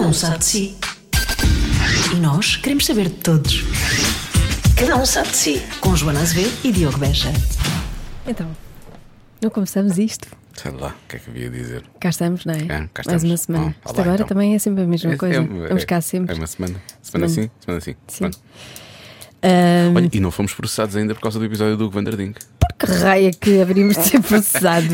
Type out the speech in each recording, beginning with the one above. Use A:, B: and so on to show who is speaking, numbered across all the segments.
A: um sabe de si. E nós queremos saber de todos. Cada um sabe de si. Com Joana Azevedo e Diogo Beja.
B: Então, não começamos isto?
C: Sei lá, o que é que havia de dizer?
B: Cá estamos, não é?
C: É, cá
B: Mais
C: estamos.
B: uma semana.
C: Bom,
B: Isto
C: olá,
B: agora
C: então.
B: também é sempre a mesma
C: É-
B: coisa.
C: é-
B: Vamos
C: é-
B: cá sempre.
C: É uma semana.
B: Semana.
C: Semana sim, semana sim.
B: Sim. Uhum.
C: Pronto.
B: Ahm,
C: Olha, e não fomos processados ainda por causa do episódio do Vanderdink.
B: que raia que haveríamos de ser processados.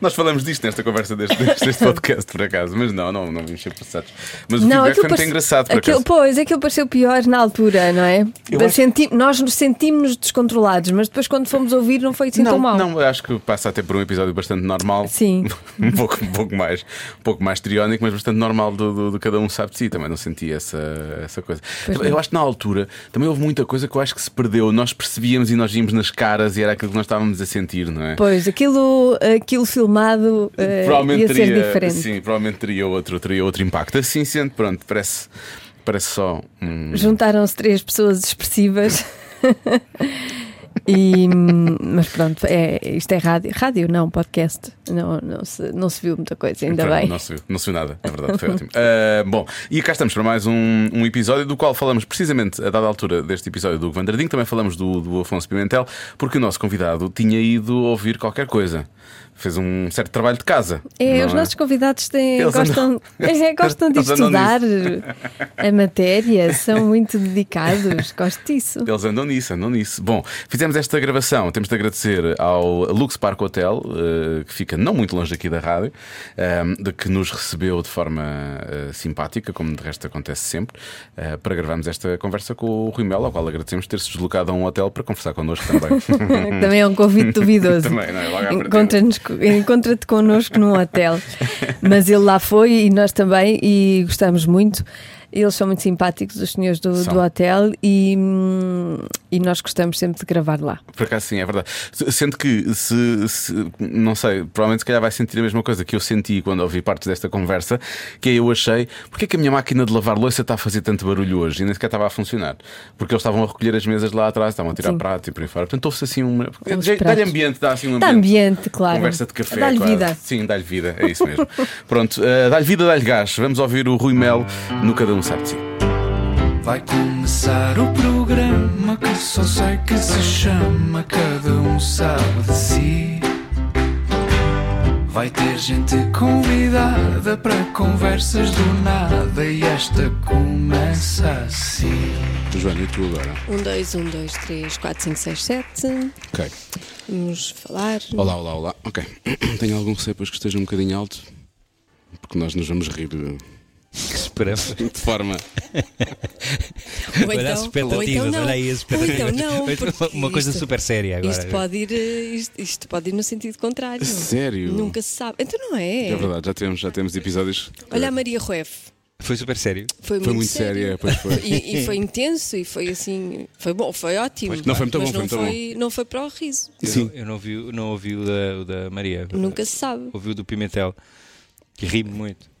C: Nós falamos disto nesta conversa deste, deste, deste podcast, por acaso, mas não, não, não vimos ser processados. Mas o feedback foi muito
B: parece-
C: engraçado, por
B: aquilo,
C: acaso.
B: Pois, aquilo pareceu pior na altura, não é?
C: Eu
B: Mas
C: acho-
B: senti- Nós nos sentimos-nos descontrolados, mas depois quando fomos ouvir não foi assim
C: não,
B: tão mal.
C: não, eu acho que passa até por um episódio bastante normal.
B: Sim.
C: um, pouco, um pouco mais, um pouco mais triónico, mas bastante normal do, do- do cada um sabe de si. Também não senti essa, essa coisa.
B: Pois
C: eu
B: não.
C: acho que na altura também houve muita coisa que eu acho que se perdeu. Nós percebíamos e nós vimos nas caras e era aquilo que nós estávamos a sentir, não é?
B: Pois, aquilo, aquilo filmado eh, ia
C: provavelmente
B: ser
C: teria,
B: diferente.
C: Sim, provavelmente teria outro, teria outro impacto. Assim sendo, pronto, parece, parece só um.
B: Juntaram-se três pessoas expressivas. E, hum, mas pronto, é, isto é rádio. Rádio não, podcast. Não, não, se, não se viu muita coisa, ainda
C: Pronto,
B: bem.
C: Não se, viu, não se viu nada, na verdade, foi ótimo. Ah, bom, e cá estamos para mais um, um episódio do qual falamos precisamente a dada altura deste episódio do Vandradinho, também falamos do, do Afonso Pimentel, porque o nosso convidado tinha ido ouvir qualquer coisa. Fez um certo trabalho de casa.
B: É,
C: não
B: os nossos convidados têm,
C: Eles
B: gostam,
C: andam-
B: é, gostam de
C: eles andam
B: estudar a matéria, são muito dedicados, gosto disso.
C: Eles andam nisso, andam nisso. Bom, fizemos esta gravação. Temos de agradecer ao Lux Park Hotel, eh, que fica não muito longe aqui da rádio, ehm, de que nos recebeu de forma eh, simpática, como de resto acontece sempre, eh, para gravarmos esta conversa com o Rui Melo, ao qual agradecemos ter-se deslocado a um hotel para conversar connosco também.
B: Também é um convite duvidoso.
C: Também, não é? Logo à partida.
B: Encontra-nos co- Encontra-te connosco num hotel. Mas ele lá foi e nós também, e gostamos muito. Eles são muito simpáticos, os senhores do,
C: São.
B: do hotel, e, hum, e nós gostamos sempre de gravar lá.
C: Por acaso sim, é verdade. S- Sendo que se, se- não sei, provavelmente se calhar vai sentir a mesma coisa que eu senti quando ouvi partes desta conversa, que é eu achei, porque é que a minha máquina de lavar louça está a fazer tanto barulho hoje e nem sequer estava a funcionar? Porque eles estavam a recolher as mesas lá atrás, estavam a tirar
B: Sim.
C: prato e por aí fora. Portanto, houve-se assim uma.
B: Uns
C: Dá-lhe
B: pratos.
C: ambiente, dá assim um
B: Dá
C: ambiente.
B: ambiente, claro.
C: Conversa de café.
B: Dá-lhe
C: quase.
B: vida.
C: Sim, dá-lhe vida, é isso mesmo. Pronto, eh, dá-lhe vida, dá-lhe gás. Vamos ouvir o Rui Melo no Cada Um Sabe de Si.
D: Vai começar o programa que só sei que se chama Cada um sabe de si. Vai ter gente convidada para conversas do nada e esta começa assim.
C: Joana, e tu agora?
E: 1, 2, 1, 2, 3, 4, 5, 6, 7.
C: Ok.
E: Vamos falar.
C: Olá, olá, olá. Ok. Tenho algum receio depois que esteja um bocadinho alto, porque nós nos vamos rir de
F: Esperamos.
C: de forma.
E: Ou então-
F: olha as expectativas, olha aí as
E: Ou
F: expectativas.
E: então não,
F: Ou então
E: porque
F: uma coisa
E: isto-
F: super séria agora.
E: Isto pode, ir, eh, isto, isto pode ir no sentido contrário.
C: Sério?
E: Nunca se sabe. Então não é.
C: É verdade, já temos, já temos episódios.
E: Olha a Maria Rueff.
F: Foi super sério.
E: Foi,
C: Foi muito
E: muito
C: sério, é, pois foi.
E: E, e foi intenso e foi assim. Foi bom, foi ótimo.
C: Pois, não foi muito
E: Mas
C: bom,
E: não
C: foi muito
E: não foi para o riso.
F: Eu
C: Sim.
F: não- Eu não ouvi, o- não ouvi o, da, o da Maria.
E: Nunca se sabe.
F: Ouvi o do Pimentel, que ri-me muito.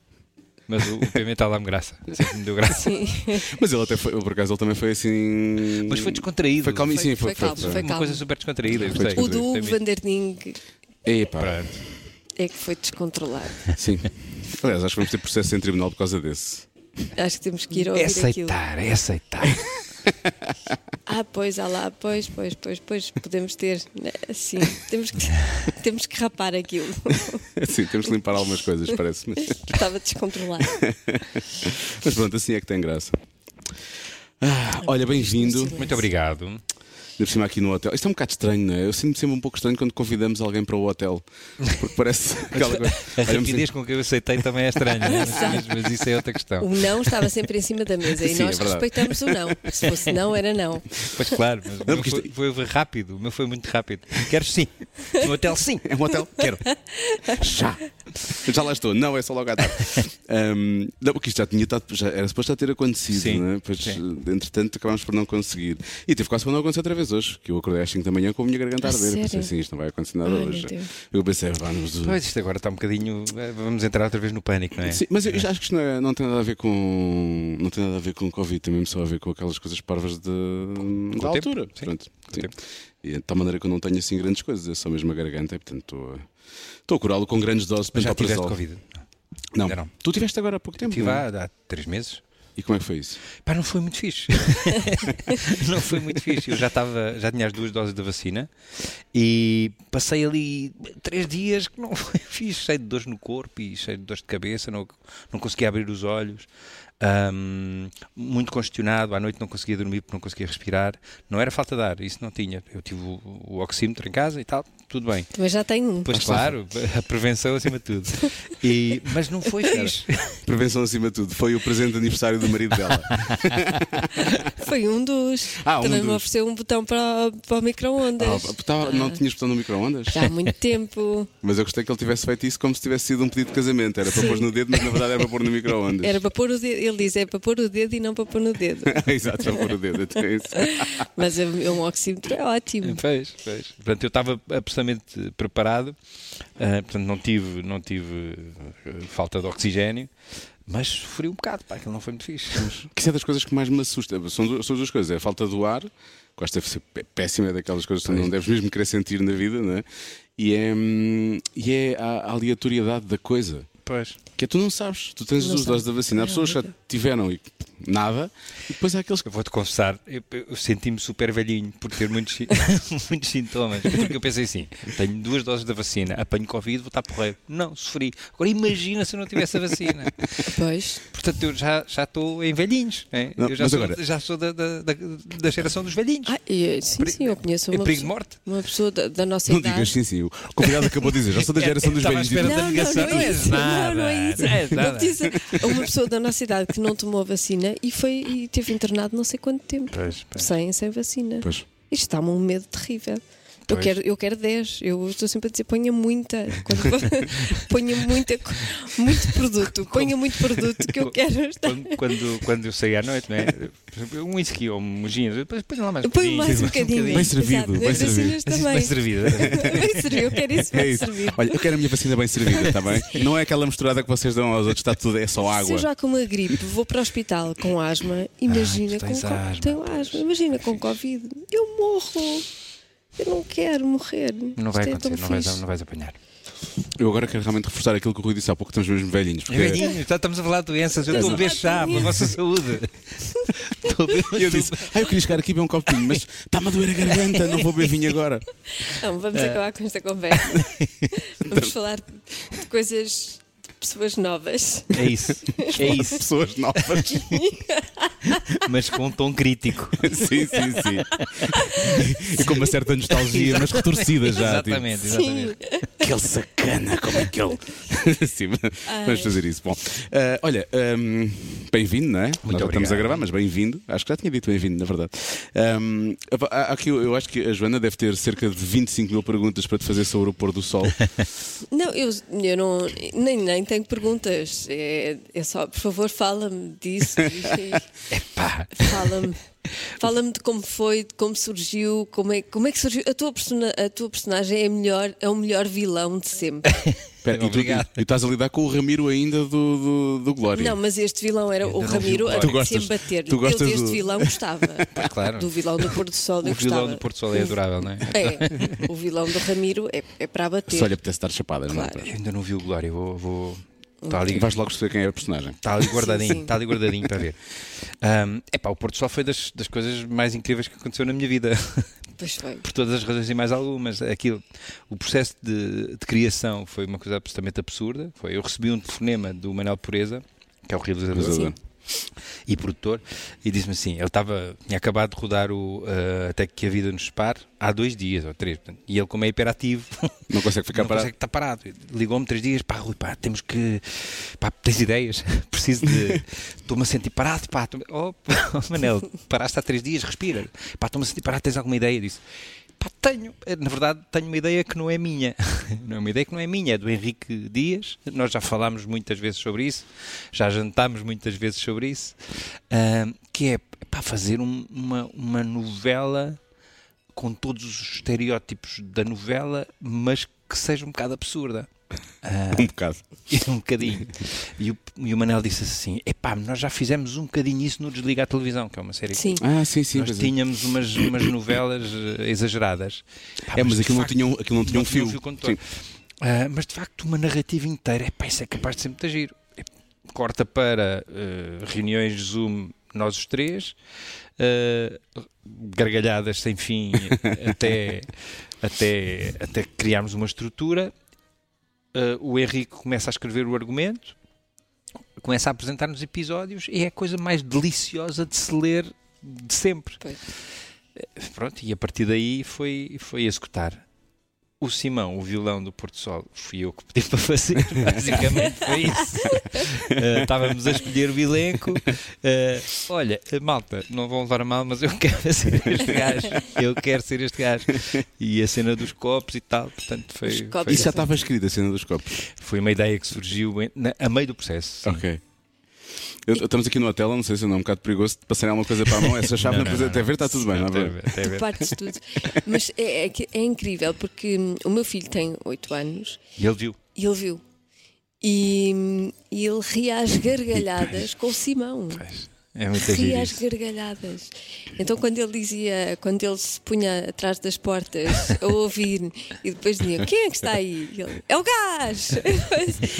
F: Mas o, o Pimentel dá-me graça. Sempre me deu graça.
E: Sim.
C: Eh, Mas ele até foi, ele, por acaso, ele também foi assim.
F: Mas foi descontraído.
C: Foi calmo, sim,
E: foi
C: foi,
E: calmo,
F: Uma
E: foi calmo.
F: coisa super descontraída. eu
C: Foi
F: gostei.
E: O
C: descontraído.
E: do
F: Gostei
E: Hugo
F: muito.
E: Vanderding
C: Epá,
F: Pronto.
E: é que foi descontrolado.
C: sim. Aliás, acho que vamos ter processo em tribunal por causa desse.
E: Acho que temos que ir ouvir
F: É
E: aquilo.
F: aceitar, é aceitar.
E: Ah, pois, ah lá, pois, pois, pois, pois, podemos ter. né, Sim, temos que, temos que rapar aquilo.
C: Sim, temos que limpar algumas coisas, parece-me.
E: Estava descontrolado.
C: Mas pronto, assim é que tem graça. Ah, olha, bem-vindo.
F: Muito obrigado.
C: Ainda por cima aqui no hotel. Isto é um bocado estranho, não é? Eu sinto-me sempre um pouco estranho quando convidamos alguém para o hotel. Porque parece aquela coisa.
F: A
C: Olhamos
F: rapidez com que eu aceitei também é estranha. né? Mas, mas isso é outra
E: O
F: questão.
E: não estava sempre em cima da mesa e
C: Sim,
E: nós
C: é verdade.
E: respeitamos o não. Se fosse não, era não.
F: Pois claro, mas o meu
C: porque
F: foi, foi rápido. O meu foi muito rápido. Queres sim. No hotel sim.
C: É um hotel?
F: Quero.
C: Já! Já lá estou, não, é só logo à tarde. Ahm, não, porque isto já tinha estado, já era suposto já ter acontecido,
F: Sim,
C: não é? Pois,
F: sim.
C: entretanto, acabámos por não conseguir. E teve quase para não acontecer outra vez hoje, que eu acordei às 5 da manhã com a minha garganta a
E: A
C: arder. Eu Pensei
E: sério?
C: assim, isto não vai acontecer nada
E: Ai, meu
C: hoje.
E: Deus.
C: Eu pensei, vamos.
F: Pois isto agora está um bocadinho. eh, Vamos entrar outra vez no pânico, não é?
C: Sim, mas eu acho que isto não, é- não tem nada a ver com. Não tem nada a ver com Covid, tem mesmo só a ver com aquelas coisas parvas de, da
F: o tempo,
C: altura.
F: sim,
C: Pronto,
F: com o
C: sim.
F: tempo.
C: E de tal maneira que eu não tenho assim grandes coisas, é só mesmo a garganta, e portanto estou a. Estou a curá-lo com grandes doses
F: Mas
C: portanto,
F: já
C: ao
F: tiveste
C: presol.
F: Covid.
C: Não.
F: Ainda não.
C: Tu tiveste agora há pouco tempo.
F: Estive
C: não é?
F: há, há três meses.
C: E como é que foi isso?
F: Pá, não foi muito fixe. não foi muito fixe. Eu já estava, já tinha as duas doses da vacina e passei ali três dias que não foi fixe, cheio de dores no corpo e cheio de dores de cabeça, não, não conseguia abrir os olhos. Ahm, muito congestionado, à noite não conseguia dormir porque não conseguia respirar. Não era falta de ar, isso não tinha. Eu tive o, o oxímetro em casa e tal, tudo bem.
B: Também já tenho um.
F: Pois claro, a prevenção acima de tudo. E- mas não foi fixe.
C: Prevenção acima de tudo. Foi o presente de aniversário do marido dela.
B: Foi um dos.
C: Ah, um
B: Também me
C: dos.
B: ofereceu um botão para, para o micro-ondas.
C: Ah, tava- não tinhas botão no microondas?
B: Já há muito tempo.
C: Mas eu gostei que ele tivesse feito isso como se tivesse sido um pedido de casamento. Era para pôr no dedo, mas na verdade era para pôr no microondas.
B: Era para pôr o dedo. Ele diz: é para pôr o dedo e não para pôr no dedo.
C: Exato, para pôr o dedo. até isso.
B: Mas é- é um oxímetro é ótimo.
F: Fez, fez. Portanto, eu estava absolutamente preparado, ah, portanto, não tive, não tive ah, falta de oxigénio, mas sofri um bocado, pá, aquilo não foi muito fixe.
C: Que isso é das coisas que mais me assusta. São duas, são duas coisas. É a falta do ar, que eu acho que deve ser pé- péssima, é daquelas coisas que tu não deves mesmo querer sentir na vida, não é? E é, hum, e é a a aleatoriedade da coisa.
F: Pois.
C: Que é tu não sabes. Tu tens
B: Não
C: os doses
B: sabes. É
C: da vacina. Há pessoas que já tiveram e nada. E depois há aqueles que.
F: Eu vou-te confessar, eu, eu senti-me super velhinho por ter muitos, si- muitos sintomas. Porque eu pensei assim: tenho duas doses da vacina, apanho Covid, vou estar porreiro. Não, sofri. Agora imagina se eu não tivesse a vacina.
B: Pois.
F: Portanto, eu já já estou em velhinhos. né?
C: Não,
F: eu já
C: mas
F: sou,
C: agora-
F: já sou da, da, da, da geração dos velhinhos.
B: Ah, e- sim,
F: Pri-
B: sim, eu conheço
F: é
B: uma
F: perigo de
B: pessoa,
F: morte.
B: uma pessoa da, da nossa
C: Não
B: idade.
C: digas sim, sim. O convidado acabou de dizer. Já sou
B: É,
C: da geração dos
F: Estava à
C: velhos.
F: espera
B: Não,
F: da
B: não,
F: negação.
B: não é
F: és
B: isso, não, não é isso.
F: não és
B: Não
F: nada.
B: precisa. Uma pessoa da nossa idade que não tomou a vacina e foi e teve internado não sei quanto tempo.
F: Pois, pois.
B: Sem, sem vacina.
C: Pois.
B: Isto está-me um medo terrível. Eu
F: Pois.
B: quero, eu quero 10. Eu estou sempre a dizer: ponha muita. Quando vou- ponha muita, co- muito produto. Ponha muito produto que eu quero. estar-
F: Quando, quando, quando eu saí à noite, não é? Por exemplo, Um whisky ou um gin, depois põe lá mais um
B: Põe mais um
F: bocadinho.
B: bocadinho.
C: Bem servido,
B: Exato,
C: bem
B: as vacinas
F: Bem
B: também.
F: servido.
B: Bem servido. Eu quero isso
C: É
B: bem
C: isso.
B: servido.
C: Olha, eu quero a minha vacina bem servida, está bem? Não é aquela misturada que vocês dão aos outros, está tudo, é só
B: Se eu
C: água.
B: já com uma gripe vou para o hospital com asma, imagina
F: Ah,
B: com
F: tu tens
B: co-
F: asma,
B: tenho asma, imagina com Covid, eu morro. Eu não quero morrer.
F: Não vai
B: Isto é
F: acontecer,
B: tão
F: não vais,
B: fixe.
F: não vais apanhar.
C: Eu agora quero realmente reforçar aquilo que o Rui disse há pouco, estamos mesmo velhinhos.
B: É
C: porque-
F: Velhinho, já estamos a falar de doenças, eu estou a beber chá para a vossa saúde. Estou a beber-
C: E eu disse, ah, eu queria chegar aqui e beber um copinho, mas está-me a doer a garganta, não vou beber vinho agora.
B: Não, vamos
F: É.
B: acabar com esta conversa. vamos falar de coisas de pessoas novas.
F: É isso, é isso,
C: Pessoas novas.
F: mas com um tom crítico.
C: sim, sim, sim. E com uma certa nostalgia, mas retorcida já. tipo,
F: Exatamente, exatamente.
C: Aquele sacana, como aquele. sim, vamos fazer isso. Bom, ah, olha, ahm, bem-vindo, não é? Nós já estamos
F: obrigado.
C: a gravar, mas bem-vindo. Acho que já tinha dito bem-vindo, na verdade. Ahm, opa, há- há aqui, eu acho que a Joana deve ter cerca de 25 mil perguntas para te fazer sobre o pôr do sol.
B: Não, eu, eu não, nem, nem tenho perguntas. É, é só, por favor, fala-me disso.
F: Pá,
B: Fala-me. Fala-me de como foi, de como surgiu, como é, como é que surgiu. A tua, persona- a tua personagem é, a melhor, é o melhor vilão de sempre.
F: É.
C: Espera, e tu-
F: Obrigado.
C: E estás a lidar com o Ramiro ainda do, do, do Glória.
B: Não, mas este vilão era o
F: não
B: Ramiro
F: vi
B: a
F: o
C: Glória.
B: sempre
C: Tu gostas-
B: bater.
C: tu gostas
B: eu deste
C: do-
B: vilão gostava.
F: É claro.
B: Do vilão do Pôr do Sol,
F: o
B: eu gostava. Uhum.
F: vilão do Porto Sol é adorável, não é?
B: É, o vilão do Ramiro é, é para bater.
C: Só lhe apetece estar chapada, não é?
B: Claro.
F: Eu ainda não vi o Glória, vou.
B: Hum.
F: vou... Está ali,
C: Vais logo perceber quem é a personagem.
F: Está Tá ali
B: Sim,
F: guardadinho,
B: sim.
F: está ali guardadinho para ver. é epá, o Porto Sol foi das, das coisas mais incríveis que aconteceu na minha vida,
B: Pois foi.
F: por todas as razões e mais algumas. Aquilo, o processo de, de criação foi uma coisa absolutamente absurda. Foi, eu recebi um telefonema do Manuel Pureza, que é o realizador
C: Sim.
F: e produtor, e disse-me assim: ele estava, tinha acabado de rodar o ah, Até que a Vida nos Separe há dois dias ou três, portanto, e ele, como é hiperativo,
C: Não consegue ficar
F: não
C: parado.
F: consegue estar parado. Ligou-me três dias, pá, Rui, pá, temos que. Pá, tens ideias? Preciso de. Estou-me a sentir parado, pá. estou-me- Oh, pá, Manel, paraste há três dias, respira. Pá, estou-me a sentir parado, tens alguma ideia disso? Pá, tenho. Na verdade, tenho uma ideia que não é minha. Não é uma ideia que não é minha, é do Henrique Dias. Nós já falámos muitas vezes sobre isso, já jantámos muitas vezes sobre isso. ahm, que é, pá, fazer um- uma, uma novela com todos os estereótipos da novela, mas que seja um bocado absurda. Ah,
C: Um bocado.
F: um bocadinho. E o, e o Manel disse assim: epá, nós já fizemos um bocadinho isso no Desliga a Televisão, que é uma série que
B: Sim.
C: Ah, sim, sim.
F: nós
C: pois é.
F: tínhamos umas, umas novelas eh, exageradas. Pá,
C: É, mas
F: de
C: aquilo não
F: facto,
C: tinha um- aquilo não tinha um fio.
F: condutor. Ah, mas de facto, uma narrativa inteira, epá, isso é capaz de ser muito giro. corta para eh, reuniões de Zoom, nós os três, eh, gargalhadas sem fim até, até, até criarmos uma estrutura. Eh, o Henrique começa a escrever o argumento, começa a apresentar-nos episódios e é a coisa mais deliciosa de se ler de sempre.
B: Pois.
F: Eh, Pronto, e a partir daí foi, foi executar. O Simão, o violão do Porto Sol, fui eu que pedi para fazer, basicamente foi isso. Eh, estávamos a escolher o elenco. Eh, olha, eh, malta, não vão levar a mal, mas eu quero ser este gajo. Eu quero ser este gajo. E a cena dos copos e tal, portanto foi.
B: Os copos.
F: foi-
C: Isso já estava escrito, a cena dos copos.
F: Foi uma ideia que surgiu em- na- a meio do processo. sim.
C: Ok. Eu- estamos aqui no hotel, não sei se não é um bocado perigoso de passarem alguma coisa para a mão. Essa chave,
F: Não,
C: não,
F: não,
C: precisa-
F: não,
C: até
F: não.
C: ver, está tudo bem, não é
F: Até
C: verdade?
F: ver, até ver.
B: Partes de tudo. Mas é, é que é incrível porque hum, o meu filho tem 8 anos
F: E ele viu.
B: e ele viu. E, hum, e ele ri às gargalhadas com o Simão.
F: É muito
B: Ri
F: giro
B: às
F: isso.
B: gargalhadas. Então, quando ele dizia, quando ele se punha atrás das portas a ouvir, e depois dizia: Quem é que está aí? E ele, é o gás!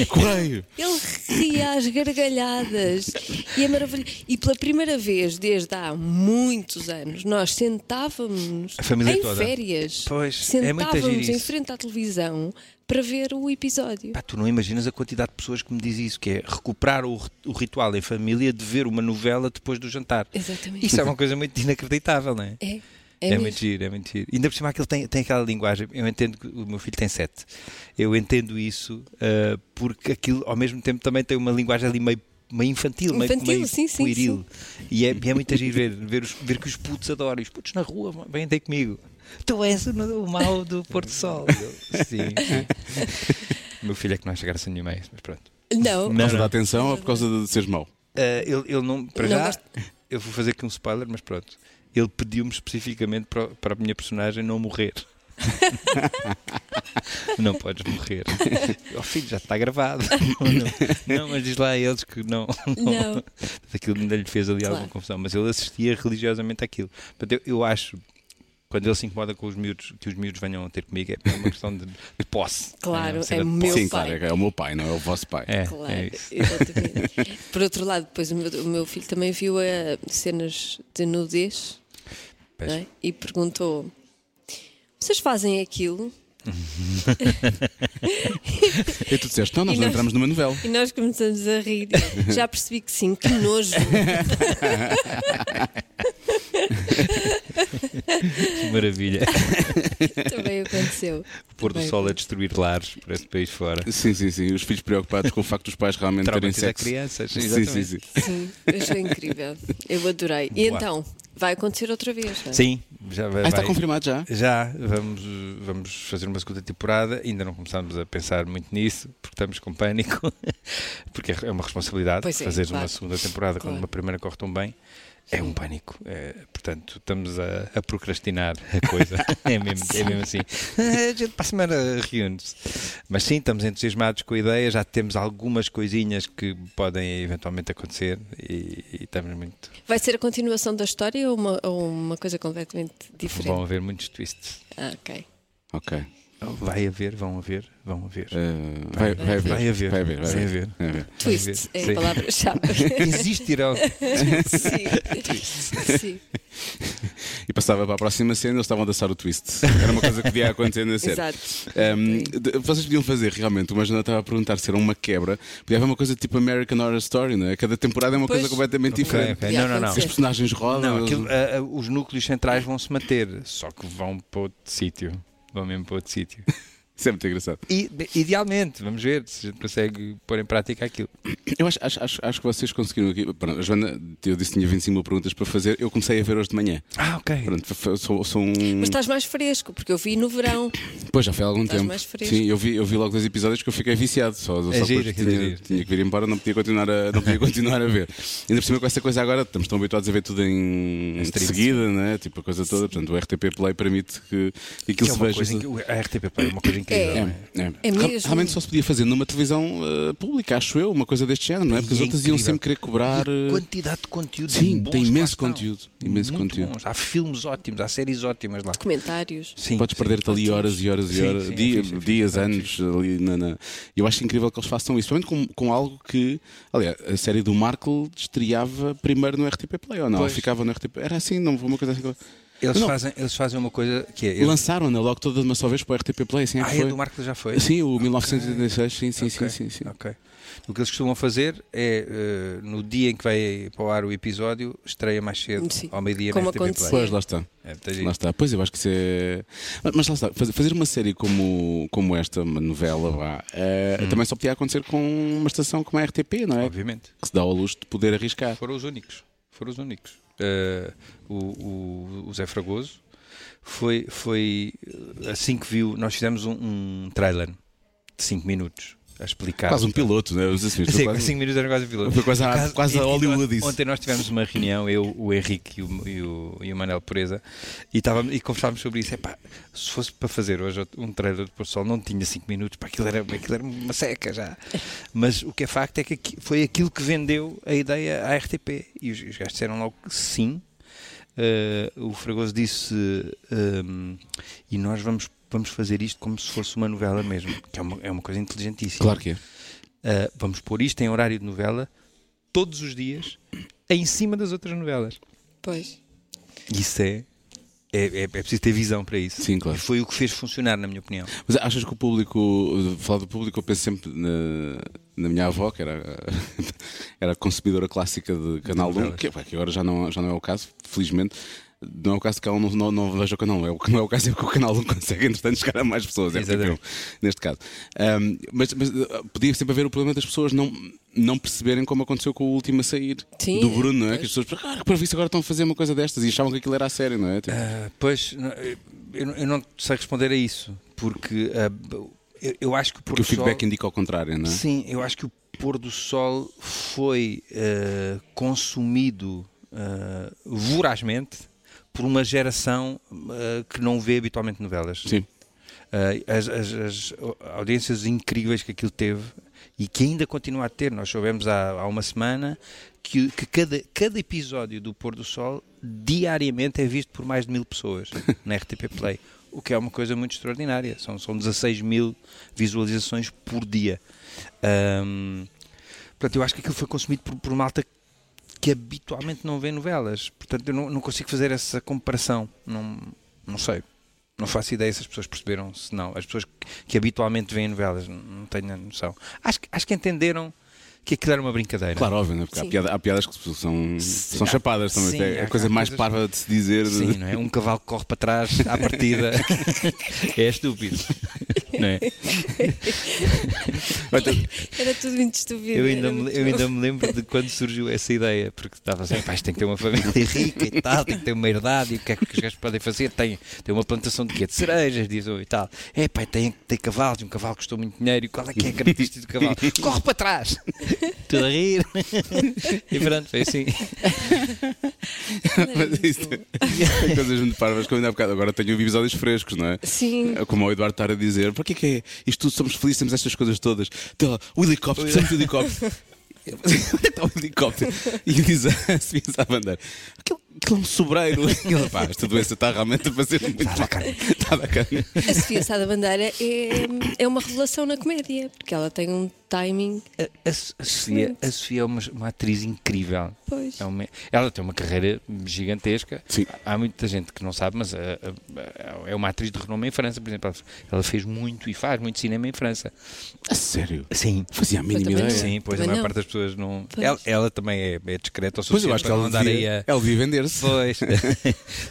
C: Correio!
B: Ele ria às gargalhadas. E é maravilhoso. E pela primeira vez, desde há muitos anos, nós sentávamos
F: A família
B: em
F: toda.
B: férias.
F: Pois, é muito
B: sentávamos
F: giro
B: em
F: isso.
B: frente à televisão para ver o episódio.
F: Pá, tu não imaginas a quantidade de pessoas que me diz isso, que é recuperar o, ri- o ritual em família de ver uma novela depois do jantar.
B: Exatamente.
F: Isso é uma coisa muito inacreditável, não é?
B: É, é,
F: É,
B: mesmo.
F: muito giro, é muito giro. Ainda por cima que ele tem, tem aquela linguagem. Eu entendo que o meu filho tem sete. Eu entendo isso ah, porque aquilo ao mesmo tempo também tem uma linguagem ali meio, meio infantil, meio-
B: Infantil,
F: meio,
B: sim, sim,
F: pueril. E é, e é muito giro ver, ver, os- ver que os putos adoram. E Os putos na rua vêm ter comigo. Tu és o, o mau do Porto Sol. Eu, sim. O meu filho é que não acha graça nenhuma a isso, mas pronto.
B: Não,
C: Por causa da atenção ou por causa de seres mau?
F: Ah, ele, ele não. Para
B: Não
F: já,
B: gosta.
F: eu vou fazer aqui um spoiler, mas pronto. Ele pediu-me especificamente para, para a minha personagem não morrer. não podes morrer. Ó filho, já está gravado. não, não, mas diz lá a eles que não.
B: Não.
F: Aquilo ainda lhe fez ali alguma
B: Claro.
F: confusão, mas ele assistia religiosamente àquilo. Portanto, eu, eu acho. Quando ele se incomoda com os miúdos, que os miúdos venham a ter comigo, é uma questão de, de posse.
B: Claro,
F: uma cena
B: é
F: de
B: meu
C: Sim,
B: pai.
C: claro, é o meu pai, não é o vosso pai.
F: É,
B: Claro,
F: é isso.
B: exatamente. Por outro lado, depois o meu, o meu filho também viu eh, cenas de nudez
F: Pois.
B: não é? e perguntou: vocês fazem aquilo?
C: E tu disseste, não, nós
B: E
C: não
B: nós-
C: entramos numa novela.
B: E nós começamos a rir. Já percebi que sim, que nojo.
F: Maravilha.
B: Também aconteceu.
F: O pôr do sol a destruir lares por esse país fora.
C: Sim, sim, sim. Os filhos preocupados com o facto dos pais realmente terem
F: Traumatizar
C: sexo.
F: crianças.
C: Sim, sim, sim.
B: Sim, achei incrível. Eu adorei. E
F: Boa.
B: então, vai acontecer outra vez. não é?
F: Sim, já vai.
C: Ah, está
F: vai-
C: confirmado já.
F: Já, vamos, eh, vamos fazer uma segunda temporada. Ainda não começámos a pensar muito nisso, porque estamos com pânico. Porque é uma responsabilidade
B: Pois é,
F: fazer uma
B: claro.
F: segunda temporada
B: Claro.
F: quando uma primeira corre tão bem. É um pânico. É, portanto, estamos a, a procrastinar a coisa. é, mesmo, é mesmo assim. Ah, A gente para a semana reúne-se. Mas sim, estamos entusiasmados com a ideia. Já temos algumas coisinhas que podem eventualmente acontecer e, e estamos muito.
B: Vai ser a continuação da história ou uma, ou uma coisa completamente
F: Vão
B: diferente?
F: haver muitos twists.
B: Ah, ok.
C: Ok.
F: Vai haver, vão haver, vão haver.
C: Eh, vai, vai, haver.
F: Vai haver.
C: Vai haver. Vai
F: Vai
C: haver. Vai haver.
B: Twist é
F: Sim.
B: a palavra-chave.
C: É.
F: Existirão.
B: sim. sim.
C: E passava para a próxima cena eles estavam a dançar o twist. Era uma coisa que podia acontecer na cena.
B: Exato.
C: Um, de- vocês podiam fazer realmente, mas não estava a perguntar se era uma quebra. Podia haver uma coisa tipo American Horror Story, não é? Cada temporada é uma
B: Pois.
C: coisa completamente diferente.
F: ok.
B: Ia
F: Não, não, não.
C: Os
B: acontecer.
C: personagens rodam.
F: Não,
C: eles-
F: aquilo, ah, ah, os núcleos centrais vão se manter, só que vão para outro sítio. Vão mesmo para outro sítio.
C: Isso é muito engraçado.
F: E, bem, idealmente, vamos ver se a gente consegue pôr em prática aquilo.
C: Eu acho, acho, acho, acho que vocês conseguiram aqui. Pronto, a Joana, eu disse que tinha 25 mil perguntas para fazer. Eu comecei a ver hoje de manhã.
F: Ah, ok.
C: Pronto, f- f- sou, sou um.
B: Mas estás mais fresco, porque eu vi no verão.
C: Pois já foi há algum
B: Estás
C: tempo.
B: mais fresco.
C: Sim, eu vi, eu vi logo dois episódios que eu fiquei viciado. Só, só
F: giro,
C: depois
F: aquilo é
C: tinha,
F: giro.
C: tinha que vir embora, não podia continuar a, não podia continuar a ver. Ainda por cima com essa coisa agora, estamos tão habituados a ver tudo em, de
F: stream.
C: seguida, né? tipo a coisa toda. Portanto, o RTP Play permite que aquilo
F: Que é
C: se
F: uma
C: veja.
F: coisa em que o- a RTP Play é uma coisa em incrível. não é?
C: É, é.
B: É
C: Ra-
B: mesmo?
C: Realmente só se podia fazer numa televisão eh, pública, acho eu, uma coisa deste género, não é? Porque
F: E
C: as
F: é
C: outras iam
F: incrível.
C: sempre querer cobrar.
F: E a
C: eh,
F: quantidade de conteúdo.
C: Sim,
F: bons
C: tem
F: que lá
C: imenso
F: estão.
C: conteúdo, imenso
F: Muito
C: conteúdo.
F: bons. Há filmes ótimos, há séries ótimas lá.
B: Comentários.
F: Sim,
C: Podes
F: sim.
C: perder-te ali horas e horas e
F: Sim,
C: horas,
F: sim, é
C: dia-
F: fixe, é fixe,
C: dias,
F: é
C: anos ali na, na- Eu acho incrível que eles façam isso, principalmente com, com algo que. Aliás, a série do Markle estreava primeiro no RTP Play, ou não?
F: Pois.
C: Ficava no RTP. Era assim, não uma coisa assim.
F: Eles,
C: Não.
F: fazem, eles fazem uma coisa que é. Eles...
C: Lançaram-na logo toda de uma só vez para o RTP Play, assim é que
F: Ah, é
C: foi.
F: do Marco já foi? Ah,
C: Sim, o 1986, sim, sim, sim,
F: Ok,
C: sim, sim.
F: ok. O que eles costumam fazer é, eh, no dia em que vai para o ar o episódio, estreia mais cedo,
B: Sim.
F: ao meio-dia na
B: Como
F: RTP Play.
B: aconteceu.
C: Pois, lá está.
F: É, muito giro.
C: Lá está, pois eu acho que isso é. Mas, mas lá está, faz- fazer uma série como, como esta, uma novela, vá, eh,
F: Hum.
C: também só podia acontecer com uma estação como a RTP, não é?
F: Obviamente.
C: Que se dá ao luxo de poder arriscar.
F: Foram os únicos. Foram os únicos. Eh, o, o- o Zé Fragoso foi, foi eh, assim que viu. Nós fizemos um, um trailer de 5 minutos a explicar.
C: Quase um piloto, não é? Os assim,
F: Sim,
C: quase-
F: 5 minutos era quase um piloto.
C: Foi quase a- quase a
F: e- e
C: Hollywood
F: ontem-
C: isso.
F: Ontem nós tivemos uma reunião, eu, o Henrique e o, e o, e o Manel Pureza, e, estávamos, e conversávamos sobre isso. Epá, se fosse para fazer hoje um trailer de Pôr do Sol, não tinha 5 minutos, pá, aquilo, era, aquilo era uma seca já. Mas o que é facto é que aqui- foi aquilo que vendeu a ideia à RTP. E os, os gajos disseram logo que sim. Eh, o Fragoso disse ehm, e nós vamos, vamos fazer isto como se fosse uma novela mesmo, que é uma, é uma coisa inteligentíssima.
C: Claro que é.
F: Uh, vamos pôr isto em horário de novela todos os dias em cima das outras novelas.
B: Pois.
F: Isso é. É, é- é preciso ter visão para isso.
C: Sim, claro.
F: E foi o que fez funcionar, na minha opinião.
C: Mas achas que o público, falar do público, eu penso sempre na, na minha avó, que era, era consumidora clássica de Canal 1, que, que agora já não, já não é o caso, felizmente. Não é o caso que ela não, não, não veja o canal, é o que não é o caso é que o canal 1 consegue, entretanto, chegar a mais pessoas, é
F: Exatamente.
C: tipo, neste caso. Ahm, mas, mas, ah, podia sempre haver o problema das pessoas não, não perceberem como aconteceu com o último a sair
B: Sim,
C: do Bruno, não é? Que as pessoas, ah, para isso agora estão a fazer uma coisa destas e achavam que aquilo era a sério, não é? Tipo,
F: Ah, pois, não, eu, eu não- eu não sei responder a isso, porque ah, eu, eu acho que o pôr
C: porque o
F: do sol-
C: feedback indica ao contrário, não é?
F: Sim, eu acho que o pôr do sol foi eh, consumido eh, vorazmente por uma geração eh, que não vê habitualmente novelas.
C: Sim.
F: Eh, as, as- as audiências incríveis que aquilo teve e que ainda continua a ter. Nós soubemos há, há uma semana que, que cada, cada episódio do Pôr do Sol diariamente é visto por mais de mil pessoas na RTP Play, o que é uma coisa muito extraordinária. São, são 16 mil visualizações por dia. Ahm, portanto, eu acho que aquilo foi consumido por, por malta que habitualmente não vê novelas. Portanto, eu não, não consigo fazer essa comparação. Não, não sei. Não faço ideia se as pessoas perceberam, se não. As pessoas que, que habitualmente veem novelas, não- não tenho a noção. Acho, que- acho que entenderam que aquilo era uma brincadeira.
C: Claro, óbvio, né? porque há,
B: Sim.
C: piada- há piadas que são,
F: Sim,
C: são
F: há-
C: chapadas também.
F: sim,
C: é
F: há-
C: a coisa
F: há
C: mais
F: coisas-
C: parva de se dizer.
F: Sim, não é? Um cavalo que corre para trás à partida. é estúpido. Não é?
B: Era tudo muito estúpido.
F: Eu
B: era
F: ainda, me,
B: muito
F: eu
B: bom.
F: ainda me lembro de quando surgiu essa ideia, porque estava assim, pá, isto tem que ter uma família rica e tal, tem que ter uma herdade, e o que é que os gajos podem fazer? Tem, tem uma plantação de quê? De cerejas, diz e tal. É, pá, tem, tem cavalos, e um cavalo custou muito dinheiro, e qual é que é a característica do cavalo? Corre para trás! Tudo a rir. E pronto, foi assim.
C: Mas isso- tem coisas muito parvas que eu ainda há bocado. Agora tenho episódios frescos, não é?
B: Sim.
C: Como o Eduardo estar a dizer, para que é que é isto tudo? Somos felizes, temos estas coisas todas. Tem lá, o helicóptero, precisamos do helicóptero. Onde é que está o helicóptero? E diz a Sofia Sabander: aquilo, aquilo é um sobreiro. E ela, pá, esta doença está realmente a fazer muito mal. Está a dar carne.
B: A Sofia Sá da Bandeira é, é uma revelação na comédia, porque ela tem um timing.
F: A, a- a Sofia, a Sofia é uma, uma atriz incrível.
B: Pois.
F: É uma- ela tem uma carreira gigantesca.
C: Sim.
F: Há muita gente que não sabe, mas ah, ah, é uma atriz de renome em França, por exemplo. Ela- Ela fez muito e faz muito cinema em França.
C: A sério?
F: Sim.
C: Fazia a mínima
B: também
C: ideia.
B: não.
F: Sim, pois
B: Também
F: a maior
B: não.
F: parte das pessoas não.
B: Pois.
F: Ela, ela também é, é discreta o
C: Pois eu
F: suficiente
C: acho que
F: para
C: ela
F: não dar aí
C: devia,
F: a.
C: ela devia vender-se.
F: Pois.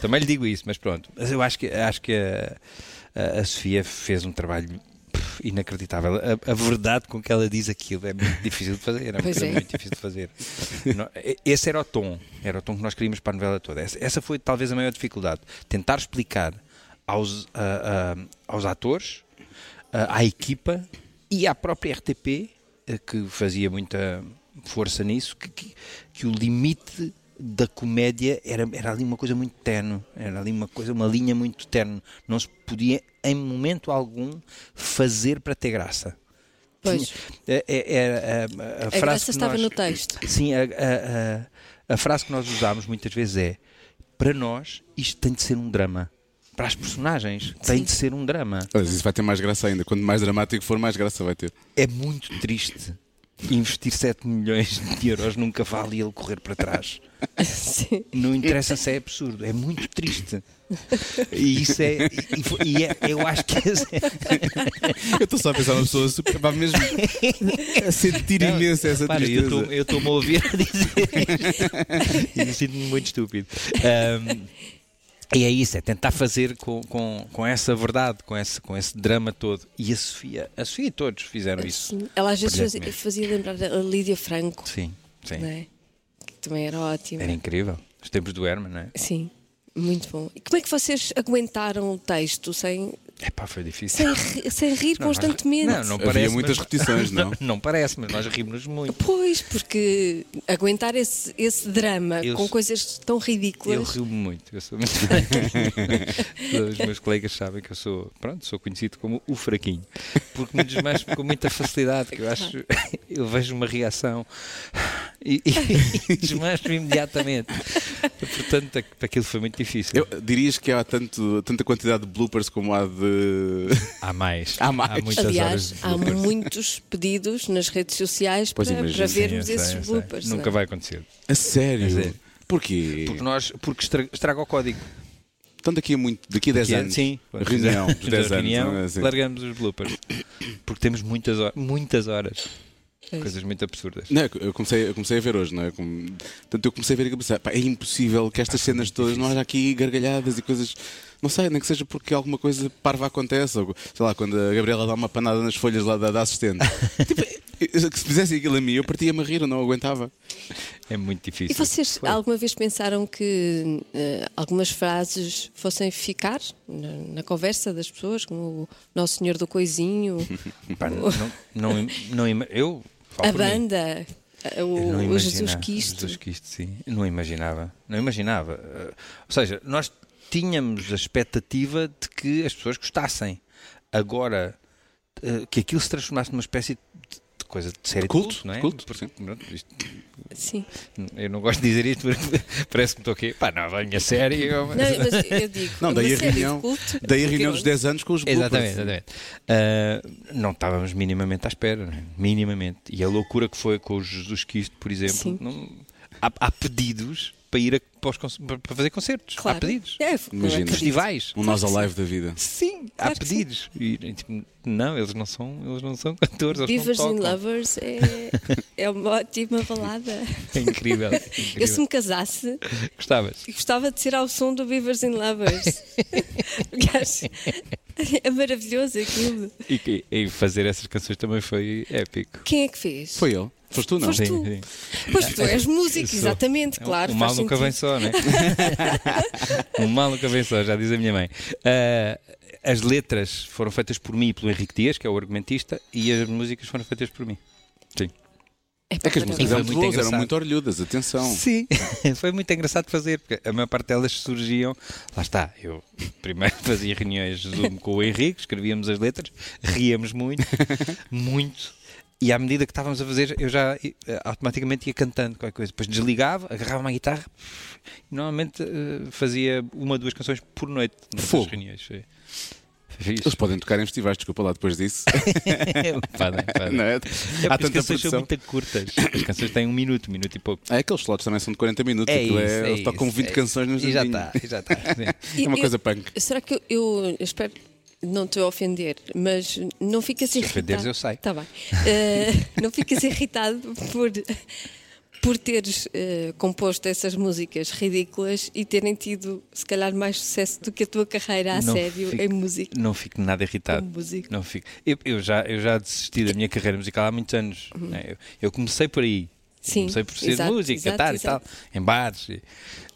F: também lhe digo isso, mas pronto. Mas eu acho que, acho que a, a- a Sofia fez um trabalho pff, inacreditável. A, a verdade com que ela diz aquilo é muito difícil de fazer. É uma
B: Pois
F: coisa
B: é.
F: muito difícil de fazer. No- Esse era o tom. Era o tom que nós queríamos para a novela toda. Essa, essa foi talvez a maior dificuldade. Tentar explicar aos, a- a- aos atores, a- à equipa e à própria RTP, eh, que fazia muita força nisso, que, que- que o limite da comédia era, era ali uma coisa muito terno, era ali uma coisa, uma linha muito terno. Não se podia, em momento algum, fazer para ter graça.
B: Pois.
F: Tinha- é- é- era, a- a, a frase
B: graça
F: que
B: estava
F: nós-
B: no texto.
F: Sim, a, a- a- a frase que nós usámos muitas vezes é: para nós, isto tem de ser um drama. Para as personagens, tem de ser um drama.
C: Mas isso vai ter mais graça ainda. Quanto mais dramático for, mais graça vai ter.
F: É muito triste investir 7 milhões de euros num cavalo e ele correr para trás.
B: Sim.
F: Não interessa se é absurdo, é muito triste. E isso é. E, foi- e é- eu acho que esse é,
C: Eu estou só a pensar uma pessoa super. Vai mesmo a sentir imenso essa
F: Repara, eu
C: tristeza.
F: tô- eu estou-me a ouvir a dizer isto. e sinto-me muito estúpido. Ahm, e é isso, é tentar fazer com, com, com essa verdade, com esse, com esse drama todo. E a Sofia, a Sofia e todos fizeram isso.
B: Sim. Ela às vezes fazia,
F: Brilhantemente.
B: fazia lembrar a Lídia Franco,
F: Sim, sim.
B: não é? que também era ótima.
F: Era incrível. Os tempos do Herman, não é?
B: Sim, muito bom. E como é que vocês aguentaram o texto sem,
F: Epá, foi
B: sem,
F: difícil.
B: ri- sem rir
F: Não, nós-
B: constantemente?
F: Não, não
C: Havia
F: parece,
C: muitas
F: mas-
C: repetições, não?
F: Não parece, mas nós rimos muito.
B: Pois, porque aguentar esse, esse drama
F: Eu
B: com
F: sou-
B: coisas tão
F: Eu
B: ridículas.
F: rio-me muito, eu sou muito. Os meus colegas sabem que eu sou, pronto, sou conhecido como o fraquinho, porque me desmancho com muita facilidade,
B: É
F: que eu acho, eu vejo uma reação e, e, e desmancho imediatamente. Portanto, a- aquilo foi muito difícil.
C: Eu- dirias que há tanto, tanta quantidade de bloopers como há de.
F: Há mais.
C: Há mais.
F: muitas horas
B: Aliás,
F: de
B: há
F: bloopers.
B: muitos pedidos nas redes sociais
C: Pois
B: para,
C: imagino.
B: para
C: Sim,
B: vermos
F: Sim, eu sei,
B: esses
F: eu sei.
B: bloopers.
F: Nunca
B: não é?
F: vai acontecer.
C: A sério?
F: Mas é.
C: Porquê?
F: Porque, nós, porque estra- estraga o código.
C: Então daqui a muito, daqui a 10
F: Que é-
C: anos.
F: Sim,
C: Reunião, dos
F: Da
C: 10 anos.
F: reunião,
C: não é assim?
F: largamos os bloopers. Porque temos muitas horas, muitas horas.
B: É
F: Coisas muito absurdas.
C: Não, eu comecei, eu comecei a ver hoje, não é? Com- Portanto, eu comecei a ver e comecei, pá, é impossível que
F: é
C: estas cenas todas não haja aqui gargalhadas e coisas. Não sei, nem que seja porque alguma coisa parva acontece, ou sei lá, quando a Gabriela dá uma panada nas folhas lá da, da assistente. tipo, eu- se fizessem aquilo a mim, eu partia-me a rir, eu não aguentava.
F: É muito
B: E
F: difícil.
B: vocês alguma vez pensaram que eh, algumas frases fossem ficar na, na conversa das pessoas, como o Nosso Senhor do Coisinho,
F: Pá, não, não, não, não ima- eu falo
B: a
F: por mim.
B: banda, eh,
F: Eu não
B: o, o
F: imagina-
B: Jesus Cristo.
F: Jesus Cristo, sim. Não imaginava. Não imaginava. Eh, Ou seja, nós tínhamos a expectativa de que as pessoas gostassem. Agora, eh, que aquilo se transformasse numa espécie de de coisa de série de
C: culto,
F: culto, não é?
C: de culto,
F: Porque,
C: sim.
F: pronto, isto-
B: Sim.
F: eu não gosto de dizer isto porque parece que estou aqui. Pá, não, a minha série. eu-
B: Não, mas eu digo,
C: Não, daí
B: uma
C: a
B: série
C: reunião,
B: de culto.
C: daí
B: porque
C: a reunião
B: eu-
C: dos 10 anos com os bloopers.
F: Exatamente, exatamente. Ah, não estávamos minimamente à espera, né? minimamente. E a loucura que foi com o Jesus Cristo, por exemplo,
B: Sim.
F: não- há, há pedidos para ir a, para, os conce- para- para fazer concertos.
B: Claro.
F: Há pedidos.
B: É,
C: Imagina.
B: não acredito.
F: Festivais.
C: Um nós alive da vida.
F: Sim, há
B: Claro que
F: pedidos. E, tipo, não, eles não são, eles não são cantores, eles
B: Beavers
F: não
B: and
F: tocam.
B: Lovers é, é uma ótima balada.
F: É incrível.
B: Eu se
F: incrível.
B: me casasse,
F: Gostavas.
B: gostava de ser ao som do Beavers and Lovers. Porque acho- é maravilhoso aquilo.
F: E, que- e fazer essas canções também foi épico.
B: Quem é que fez?
C: Foi ele. Foste tu, não?
B: Foste tu.
F: Sim,
B: Pois tu és músico,
F: Sou.
B: exatamente, claro.
F: é, O É um- mal
B: faz
F: nunca vem
B: sentido.
F: só, né? o Um mal nunca vem só, já diz a minha mãe. Ah, as letras foram feitas por mim e pelo Henrique Dias, que é o argumentista, e as músicas foram feitas por mim.
C: É que as
B: maravilhoso.
C: músicas eram
F: Foi muito
C: muito boas, eram
F: engraçado.
C: muito orlhudas, atenção.
F: Sim, Então, foi muito engraçado fazer, porque a maior parte delas surgiam. Lá está, eu primeiro fazia reuniões Zoom com o Henrique, escrevíamos as letras, ríamos muito, muito. E à medida que estávamos a fazer, eu já eh, automaticamente ia cantando qualquer coisa. Depois desligava, agarrava uma guitarra e normalmente eh, fazia uma, duas canções por noite nas
C: Fogo.
F: reuniões. Foi, foi
C: Eles
F: fixe.
C: podem tocar em festivais, desculpa lá depois disso.
F: Podem, podem.
C: não é?
F: É
C: Há
F: porque as
C: tanta
F: canções são
C: produção.
F: muito curtas. As canções têm um minuto, um minuto e pouco.
C: É, aqueles slots também são de 40 minutos.
F: É
C: aquilo
F: isso,
C: é,
F: é
C: eles tocam
F: isso,
C: 20
F: é
C: canções no
F: E já está, e já tá, né? está.
C: É uma
B: Eu-
C: coisa punk.
B: Será que eu, eu espero não te ofender, mas não ficas irritado.
F: ofenderes, eu saio.
B: Tá bem. Eh, não ficas irritado por, por teres eh, composto essas músicas ridículas e terem tido, se calhar, mais sucesso do que a tua carreira a
F: Não
B: sério
F: fico-
B: em música.
F: Não fico nada irritado.
B: Como músico.
F: Não fico. Eu, eu já, eu já desisti da minha carreira musical há muitos anos. né? Eu, eu comecei por aí. Eu
B: Uhum. Sim,
F: comecei por ser
B: exato,
F: música,
B: exato,
F: cantar
B: exato.
F: e tal, em bares. e-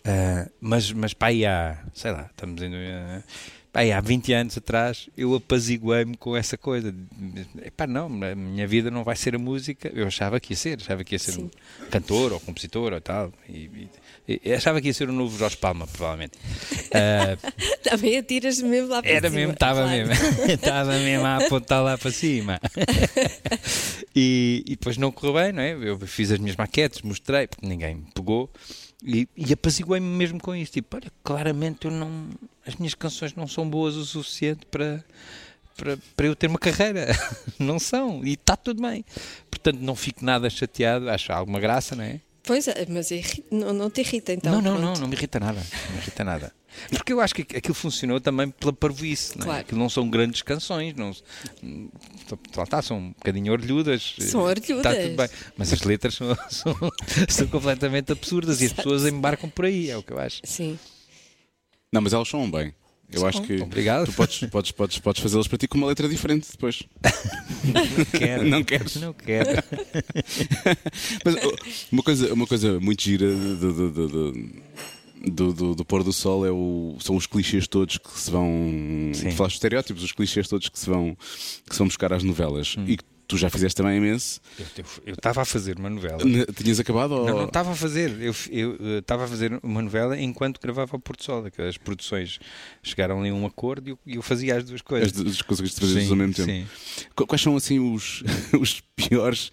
F: ah, mas, mas para aí há, sei lá, estamos em. ah, pá, e há 20 anos atrás eu apaziguei-me com essa coisa. Epá, não, a minha vida não vai ser a música. Eu achava que ia ser, achava que ia ser
B: Sim.
F: um cantor ou compositor ou tal. E, e- e achava que ia ser o novo Jorge Palma, provavelmente. Ah,
B: Também atiras mesmo lá para
F: era
B: cima,
F: mesmo, estava
B: É, claro.
F: mesmo, estava mesmo a apontar lá para cima. e, e depois não correu bem, não é? Eu fiz as minhas maquetes, mostrei, porque ninguém me pegou. E, e apaziguei-me mesmo com isso. Tipo, olha, claramente eu não, as minhas canções não são boas o suficiente para, para, para eu ter uma carreira. não são. E está tudo bem. Portanto, não fico nada chateado. Acho alguma graça, não é?
B: Pois é, mas irri- não, não te irrita então.
F: não, não,
B: pronto.
F: não, não me irrita nada. Não me irrita nada. Porque eu acho que aquilo funcionou também pela parvoíce. Não é?
B: Claro.
F: Aquilo não são grandes canções, não, lá está, são um bocadinho orlhudas.
B: São orlhudas.
F: Está tudo bem. Mas as letras são, são, são completamente absurdas e as pessoas embarcam por aí, é o que eu acho.
B: Sim.
C: Não, mas elas soam bem. Eu acho que
F: Obrigado.
C: tu podes, podes, podes, podes fazê-las para ti com uma letra diferente depois.
F: Quero.
C: Não queres?
F: Não quero.
C: Mas oh, uma coisa, uma coisa muito gira do, do, do- do- do- do- do pôr do sol é o, são os clichês todos que se vão.
F: Sim.
C: Falaste de estereótipos, os clichês todos que se vão, que se vão buscar às novelas.
F: Hum.
C: E que tu já fizeste também imenso.
F: Eu- eu- Eu estava a fazer uma novela.
C: Ne- Tinhas acabado ou.
F: Não, tá, não estava a fazer. Eu f- eu, eh, estava a fazer uma novela enquanto gravava o Porto Sol. que As produções chegaram ali a um acordo e eu, e eu fazia as duas coisas.
C: As duas conseguiste fazer as duas ao mesmo tempo.
F: sim.
C: Qu- Quais são assim os, os piores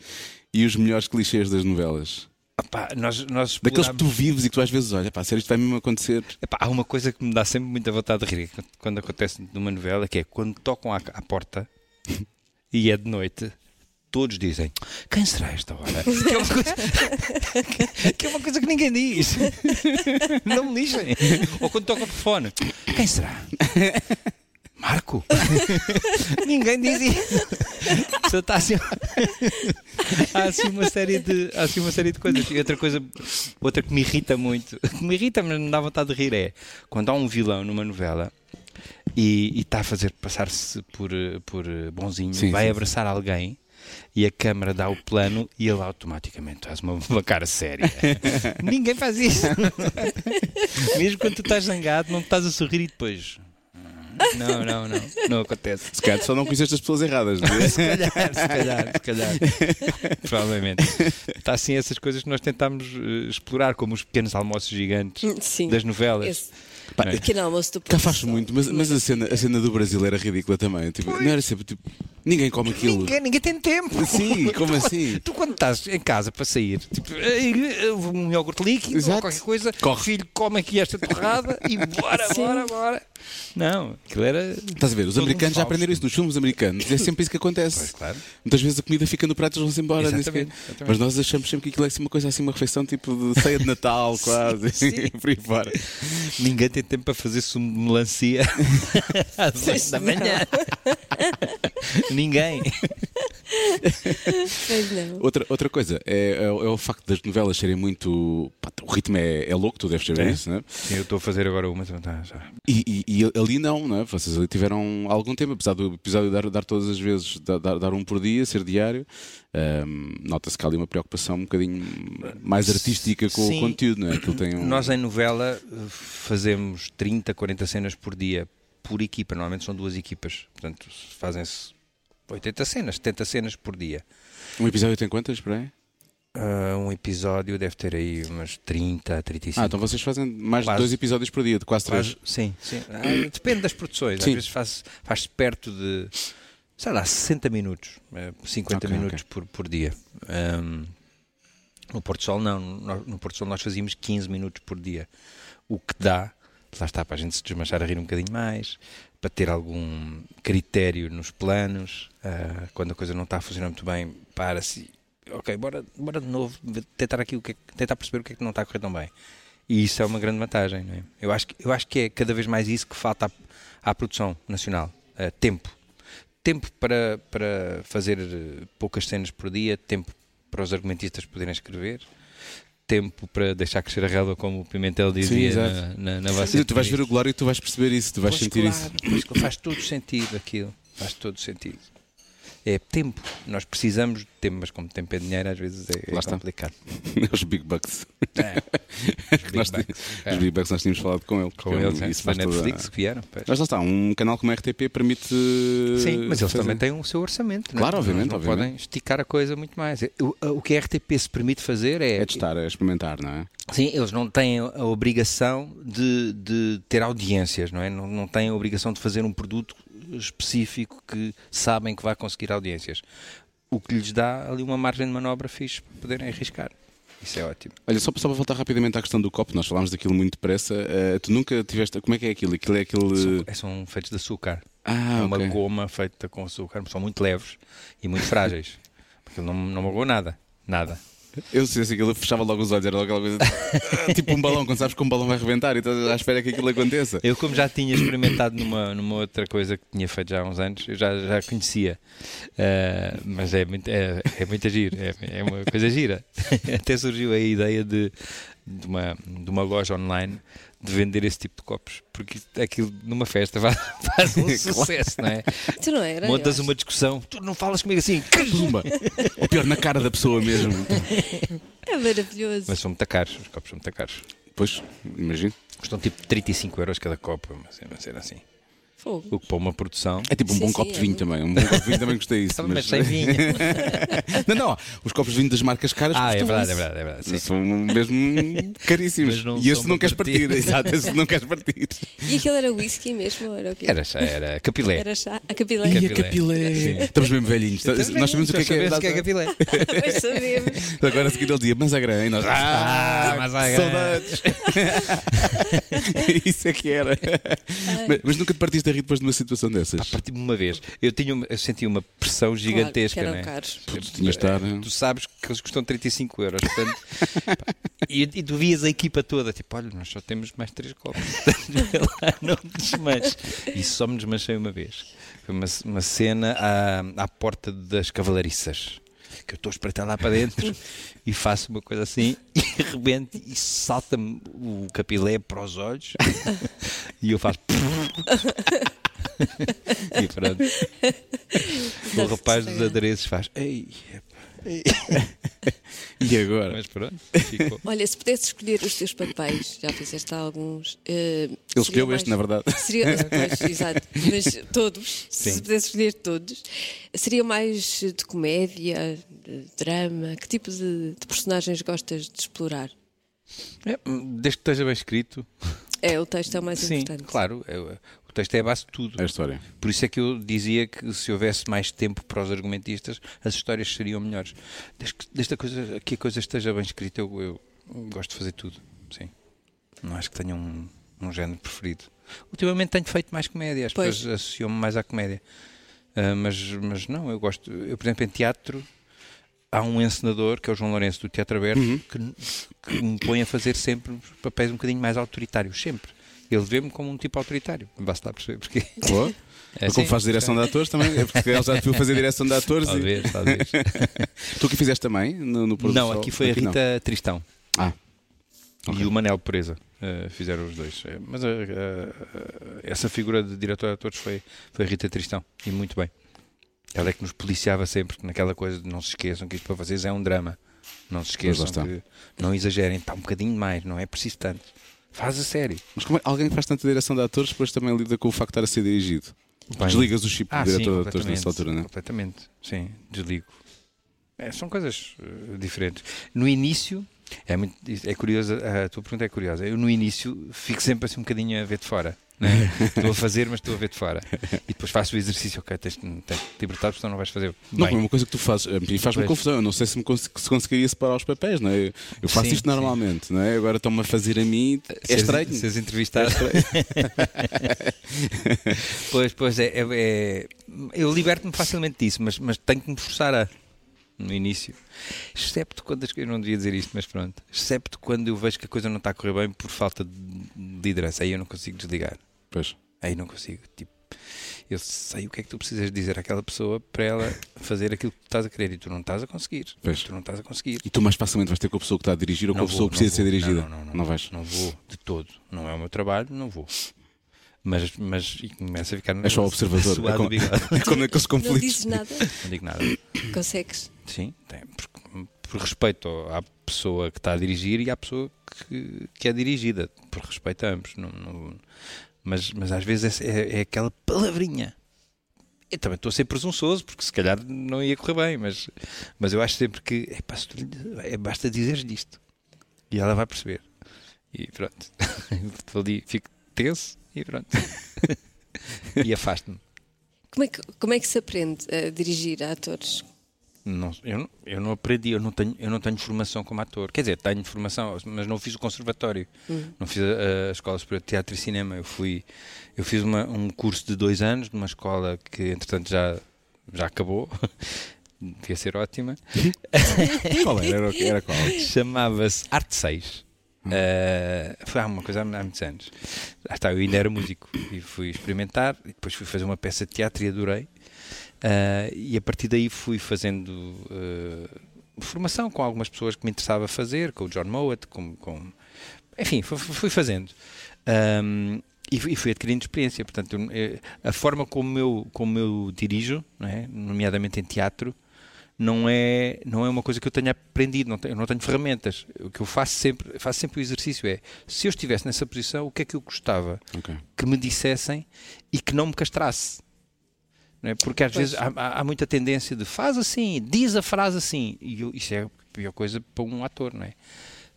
C: e os melhores clichês das novelas?
F: Opá, nós,
C: Daqueles
F: nós
C: que
F: explorámos-
C: tu vives e que tu às vezes olha, pá, sério, isto vai mesmo acontecer.
F: Epá, há uma coisa que me dá sempre muita vontade de rir quando- quando acontece numa novela, que é quando tocam à, à porta e é de noite, todos dizem quem será esta hora? Que é uma coisa que, que é uma coisa que ninguém diz. Não me dizem. Ou quando toca por fone, quem será? Marco? Ninguém diz isso. Só está assim. há, assim uma série de, há assim uma série de coisas. E outra coisa, outra que me irrita muito, que me irrita, mas me dá vontade de rir, é quando há um vilão numa novela e e está a fazer passar-se por, eh, por eh, bonzinho,
C: Sim,
F: vai
C: sim,
F: abraçar alguém. E a câmara dá o plano e ele automaticamente faz uma, uma cara séria. Ninguém faz isso. Mesmo quando tu estás zangado, não estás a sorrir e depois. Não, não, não. Não acontece.
C: Se calhar tu só não conheceste as pessoas erradas, não é?
F: Se calhar, se calhar, se calhar. Provavelmente. Está assim essas coisas que nós tentámos eh, explorar, como os pequenos almoços gigantes
B: Sim.
F: das novelas.
B: Esse
F: Não é?
B: pequeno almoço do
C: Cá
B: Porto
C: faz
B: Sol.
C: muito, mas, mas a, cena, a cena do Brasil era ridícula também. Tipo, não era sempre tipo, ninguém come aquilo.
F: Ninguém, ninguém tem tempo.
C: Sim, como assim?
F: Tu quando estás em casa para sair, tipo, "Ei, eu vou um iogurte líquido ou
C: Exato.
F: qualquer coisa,
C: Corre.
F: filho, come aqui esta torrada e bora, bora, bora. Não, aquilo era.
C: Estás a ver? Os
F: todo um
C: americanos já aprenderam
F: fausto.
C: isso nos filmes americanos. É sempre isso que acontece.
F: Pois, claro.
C: Muitas vezes a comida fica no prato e eles vão-se embora. nem sequer.
F: Exatamente, exatamente.
C: Mas nós achamos sempre que aquilo é assim uma coisa assim, uma refeição tipo de ceia de Natal, quase.
F: sim.
C: Por aí fora.
F: Ninguém tem tempo para fazer sumo de melancia às oito da manhã. Ninguém.
B: Pois não.
C: Outra, outra coisa é, é o- é o facto das novelas serem muito. pá, o ritmo é, é louco, tu deves saber
F: É.
C: isso, não é?
F: Eu estou a fazer agora uma. tá, já.
C: E, e- e ali não, não é? Vocês ali tiveram algum tempo, apesar do episódio dar, dar todas as vezes, dar, dar- dar um por dia, ser diário, ahm, nota-se que há ali uma preocupação um bocadinho mais artística com
F: Sim.
C: o conteúdo, não é? Aquilo tem um...
F: Nós em novela eh, fazemos 30, 40 cenas por dia por equipa. Normalmente são duas equipas. Portanto, fazem-se 80 cenas, 70 cenas por dia.
C: Um episódio tem quantas, por aí?
F: Ah, um episódio deve ter aí umas 30, 35.
C: Ah, então vocês fazem mais
F: Quase.
C: de dois episódios por dia, de quase três.
F: Faz- sim, sim. Ah, depende das produções.
C: Sim.
F: Às vezes faz- faz-se perto de, sei lá, 60 minutos, eh, 50
C: Ok,
F: minutos Por, por dia. Ahm, no Porto Sol, não. No, no Porto Sol, nós fazíamos 15 minutos por dia. O que dá, lá está, para a gente se desmanchar a rir um bocadinho mais, para ter algum critério nos planos. ah, quando a coisa não está a funcionar muito bem, para-se. Ok, bora, bora de novo ver- tentar, aqui o que é que- tentar perceber o que é que não está a correr tão bem. E isso é uma grande vantagem. Não é? eu, acho que, eu acho que é cada vez mais isso que falta à, à produção nacional: eh, tempo. Tempo para, para fazer eh, poucas cenas por dia, tempo para os argumentistas poderem escrever, tempo para deixar crescer a relva, como o Pimentel dizia na,
C: exato.
F: na, na
C: Quer
F: vossa
C: dizer, tu vais ver
F: entrevista.
C: o Glória e tu vais perceber isso, tu vais
F: Pois
C: sentir
F: claro, pois claro, faz todo sentido aquilo, faz todo sentido. é tempo. Nós precisamos de tempo, mas como tempo é dinheiro, às vezes é, é
C: Lá está.
F: complicado.
C: Os Big Bucks.
F: É.
C: Os Big,
F: é.
C: Os Big Bucks nós tínhamos falado com ele.
F: Com
C: Que é um-
F: eles,
C: isso
F: isso da
C: faz toda a-
F: Netflix que vieram. pois.
C: Mas lá está, um canal como a RTP permite.
F: Sim, mas eles
C: fazer-
F: também têm o seu orçamento. não é?
C: Claro, obviamente,
F: Não
C: obviamente.
F: podem esticar a coisa muito mais. O, o que a RTP se permite fazer
C: É testar, é experimentar, não é?
F: Sim, eles não têm a obrigação de, de ter audiências, não é? Não, não têm a obrigação de fazer um produto específico que sabem que vai conseguir audiências. O que lhes dá ali uma margem de manobra fixe para poderem arriscar. Isso é ótimo.
C: Olha, só, só para voltar rapidamente à questão do copo, nós falámos daquilo muito depressa. eh, tu nunca tiveste. Como é que é aquilo? Aquilo é aquele.
F: São, são feitos de açúcar.
C: Ah,
F: é uma
C: ok.
F: goma feita com açúcar, mas são muito leves e muito frágeis. Porque não, não magoou nada. Nada.
C: Eu sei se aquilo fechava logo os olhos, era logo aquela coisa. tipo um balão, quando sabes que um balão vai arrebentar e estás à espera que aquilo aconteça.
F: Eu, como já tinha experimentado numa, numa outra coisa que tinha feito já há uns anos, eu já, já conhecia. Ah, mas é muito, é, é muito giro, é, é uma coisa gira. Até surgiu a ideia de, de, uma, de uma loja online de vender esse tipo de copos, porque aquilo numa festa faz, faz um sucesso, não é?
B: Tu não era? eu
F: Montas
B: acho.
F: uma discussão, tu não falas comigo assim,
C: Pumba! Ou pior, na cara da pessoa mesmo.
B: É maravilhoso.
F: mas são muito caros, os copos são muito caros.
C: Pois, imagino.
F: Custam tipo 35 euros cada copo, mas é- mas era assim.
B: Fogo.
F: O que para uma produção.
C: É tipo um
B: Sim,
C: bom
B: sim,
C: copo de
B: é
C: vinho
B: muito.
C: também. Um bom copo de vinho também gostei disso.
F: Mas sem vinho.
C: Não, não, os copos de vinho das marcas caras
F: Ah, é
C: custam
F: verdade, é
C: isso.
F: verdade, é verdade. sim.
C: São mesmo caríssimos.
F: Mas não
C: e
F: são
C: esse não
F: para
C: queres partir,
F: partir.
C: exato, esse não queres partir.
B: E aquilo era whisky mesmo? ou Era o quê?
F: Era, chá, era capilé.
B: Era chá? A capilé?
F: Capilé.
C: E a é capilé. Estamos mesmo velhinhos. Nós sabemos o que é que é.
F: capilé.
B: Mas sabemos.
C: Agora a seguir ele dizia, mas a grã. E nós, ah,
F: Ah, mas a grã.
C: saudades. Isso é que era. Mas, mas nunca te partiste a rir depois de uma situação dessas?
F: Parti-me uma vez. Eu, tinha uma- eu senti uma pressão gigantesca.
B: eram
F: né? eh,
B: caros.
C: Puto, tinhas de estar, né?
F: Tu sabes que eles custam 35 euros. Portanto, pá, e, e tu vias a equipa toda, tipo, olha, nós só temos mais 3 copos. Portanto, vê lá, não te desmanches. E só me desmanchei uma vez. Foi uma, uma cena à, à porta das cavalariças. Que eu estou a espreitar lá para dentro e faço uma coisa assim e de repente e salta-me o capilé para os olhos e eu faço. e pronto. O rapaz dos adereços faz. Ei,
C: E agora?
F: mas pronto, ficou.
B: Olha, se pudesse escolher os teus papéis, já fizeste alguns. Ele
C: Ele escolheu este, na verdade.
B: Seria, pois, exato, mas todos, se pudesse escolher todos, seria mais de comédia, de drama? Que tipo de, de personagens gostas de explorar?
F: É, desde que esteja bem escrito,
B: É, o texto é o mais
F: sim,
B: importante.
F: claro. é, é, o texto é a base de tudo.
C: A história.
F: Por isso é que eu dizia que se houvesse mais tempo para os argumentistas, as histórias seriam melhores. Desde que, desde a coisa, que a coisa esteja bem escrita, eu, eu gosto de fazer tudo. Sim. Não acho que tenha um, um género preferido. Ultimamente tenho feito mais comédia, as
B: Pois.
F: pessoas associam-me mais à comédia. Ah, mas, mas não, eu gosto. Eu, por exemplo, em teatro. Há um encenador, que é o João Lourenço do Teatro Aberto, que, que me põe a fazer sempre papéis um bocadinho mais autoritários, sempre. Ele vê-me como um tipo autoritário, basta perceber porque
C: Boa. Mas como
F: sim.
C: faz direção de atores também? É porque ele já te viu fazer direção de atores. e-
F: Talvez, talvez.
C: Tu que fizeste também no, no Pôr do
F: não,
C: Sol?
F: aqui foi a
C: não.
F: Rita Tristão
C: Ah,
F: e o Manel Presa. fizeram os dois. Eh, Mas eh, eh, essa figura de diretor de atores foi, foi a Rita Tristão. E muito bem. Ela é que nos policiava sempre naquela coisa de não se esqueçam que isto para vocês é um drama. Não se
C: Pois lá
F: esqueçam que não exagerem, está um bocadinho mais, não é preciso tanto. Faz a sério.
C: mas como é- alguém que faz tanta direção de atores depois também lida com o facto de estar a ser dirigido.
F: Bem.
C: Desligas o chip
F: Ah,
C: de
F: sim,
C: diretor de atores
F: completamente,
C: nessa altura, não é?
F: Completamente, sim, desligo. É, são coisas eh, diferentes. No início, é, muito, é curioso, a tua pergunta é curiosa. Eu, no início, fico sempre assim um bocadinho a ver de fora. né? estou a fazer, mas estou a ver de fora. E depois faço o exercício, ok, tens, de- tens de te libertar, porque senão não vais fazer.
C: Não,
F: bem.
C: é uma coisa que tu fazes. eh, E faz-me
F: Pois.
C: confusão. Eu não sei se, me cons- se conseguiria separar os papéis, não é? Eu- Eu faço
F: Sim, Eh,
C: isto normalmente, não é? Agora estão-me a fazer a mim. É
F: Seres-
C: estranho.
F: Seres entrevistado. É pois, pois, é, é- é- eu liberto-me facilmente disso, mas, mas tenho que me forçar a. No início, excepto quando as, eu não devia dizer isto, mas pronto, excepto quando eu vejo que a coisa não está a correr bem por falta de liderança, aí eu não consigo desligar,
C: Pois.
F: aí não consigo. Tipo, eu sei o que é que tu precisas dizer àquela pessoa para ela fazer aquilo que tu estás a querer e tu não estás a conseguir,
C: Pois.
F: tu não estás a conseguir.
C: E tu mais facilmente vais ter com a pessoa que está a dirigir ou com
F: Não
C: a pessoa
F: vou,
C: que precisa ser
F: não vou.
C: dirigida.
F: Não, não, não,
C: vais.
F: Não vou de todo. Não é o meu trabalho, não vou. mas, mas e começa a ficar
C: És só observador.
F: suado
C: É com-
F: o bigode.
C: É como naqueles
B: Não
C: conflitos.
B: dizes nada,
F: Não digo nada.
B: consegues.
F: Sim, tem, por, por respeito ao- à pessoa que está a dirigir e à pessoa que, que é dirigida, por respeito a ambos. Não, não- mas, mas às vezes é, é- é aquela palavrinha. Eu também estou a ser presunçoso, porque se calhar não ia correr bem, mas, mas eu acho sempre que "Epá, se tu lhe- é, basta dizer-lhe isto e ela vai perceber. E pronto, estou ali, fico tenso e pronto. e afasto-me.
B: Como é, que, como é que se aprende a dirigir a atores?
F: Não, eu, não- eu não aprendi, eu não, tenho, eu não tenho formação como ator. Quer dizer, tenho formação, mas não fiz o conservatório. Não fiz a, a Escola Superior de Teatro e Cinema. Eu fui, eu fiz uma- um curso de dois anos numa escola que, entretanto, já, já acabou. Devia ser ótima. é
C: Qual é? era? Era, era qual? Hum.
F: Chamava-se Arte 6. Ah, foi há uma coisa há muitos anos. Ah, está, eu ainda era músico e fui experimentar e depois fui fazer uma peça de teatro e adorei. Ah, e a partir daí fui fazendo ah, formação com algumas pessoas que me interessava fazer, com o John Mowat, com, com- enfim, fu- fu- fui fazendo. Ahm, e fui- e fui adquirindo experiência, portanto, eu- eu- a forma como eu, como eu dirijo, não é? nomeadamente em teatro, não é, não é uma coisa que eu tenha aprendido, não tenho, não tenho ferramentas. O que eu faço sempre, faço sempre o exercício é, se eu estivesse nessa posição, o que é que eu gostava
C: Ok.
F: que me dissessem e que não me castrasse? Não é? Porque às vezes há, há- há muita tendência de faz assim, diz a frase assim, e eu- isso é a pior coisa para um ator, não é?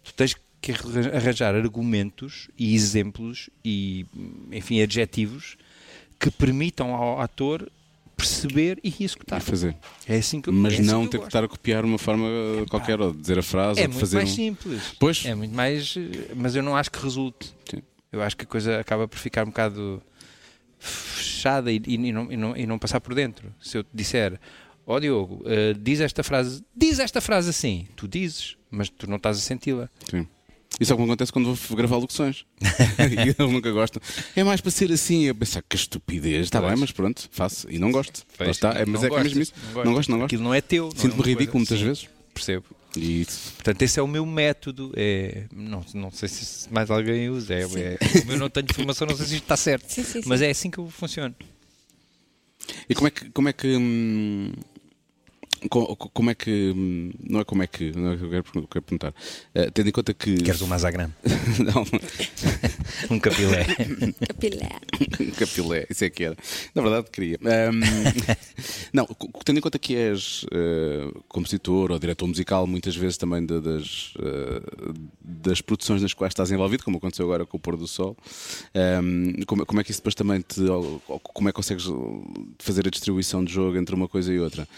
F: Tu tens que arran- arranjar argumentos e exemplos e, enfim, adjetivos que permitam ao ator perceber e
C: E
F: executar.
C: fazer.
F: É assim que eu- é
C: Mas
F: assim
C: não
F: que eu
C: ter que
F: gosto.
C: estar a copiar uma forma uh, qualquer, ou de dizer a frase,
F: É
C: ou de
F: muito
C: fazer.
F: mais
C: um-
F: simples.
C: Pois.
F: É muito mais. eh, Mas eu não acho que resulte.
C: Sim.
F: Eu acho que a coisa acaba por ficar um bocado fechada e, e- e não, e não- e não passar por dentro. Se eu te disser, ó Diogo, eh, diz esta frase, diz esta frase assim, tu dizes, mas tu não estás a senti-la.
C: Sim. Isso é o que me acontece quando vou gravar locuções. e eu nunca gosto. É mais para ser assim. Eu pensar que estupidez, está
F: Pois.
C: bem, mas pronto, faço. E não gosto. Lá
F: Pois,
C: está. É, mas
F: não
C: é que é mesmo
F: gostas,
C: isso.
F: não
C: Não
F: gostas.
C: gosto, não gosto.
F: Aquilo não é teu. não é
C: Sinto-me
F: uma coisa-
C: ridículo muitas
F: Sim,
C: vezes.
F: Percebo.
C: E isso.
F: Portanto, esse é o meu método. É, não, não sei se mais alguém usa. É, é- como eu não tenho formação, não sei se isto está certo.
B: Sim, sim, sim.
F: Mas é assim que eu funciono.
C: E como é que. Como é que hum, co- co- como é que. hum, Não é como é que. Não é que eu quero, pergun- quero perguntar. Eh, tendo em conta que.
F: Queres um Mazagrande?
C: não,
F: Um capilé.
B: Capilé.
C: Capilé, isso é que era. Na verdade, queria. Ahm, não, co- tendo em conta que és eh, compositor ou diretor musical, muitas vezes também da- das, eh, das produções nas quais estás envolvido, como aconteceu agora com o Pôr do Sol, ahm, como, como é que isso depois também te. ou- ou Como é que consegues fazer a distribuição de jogo entre uma coisa e outra?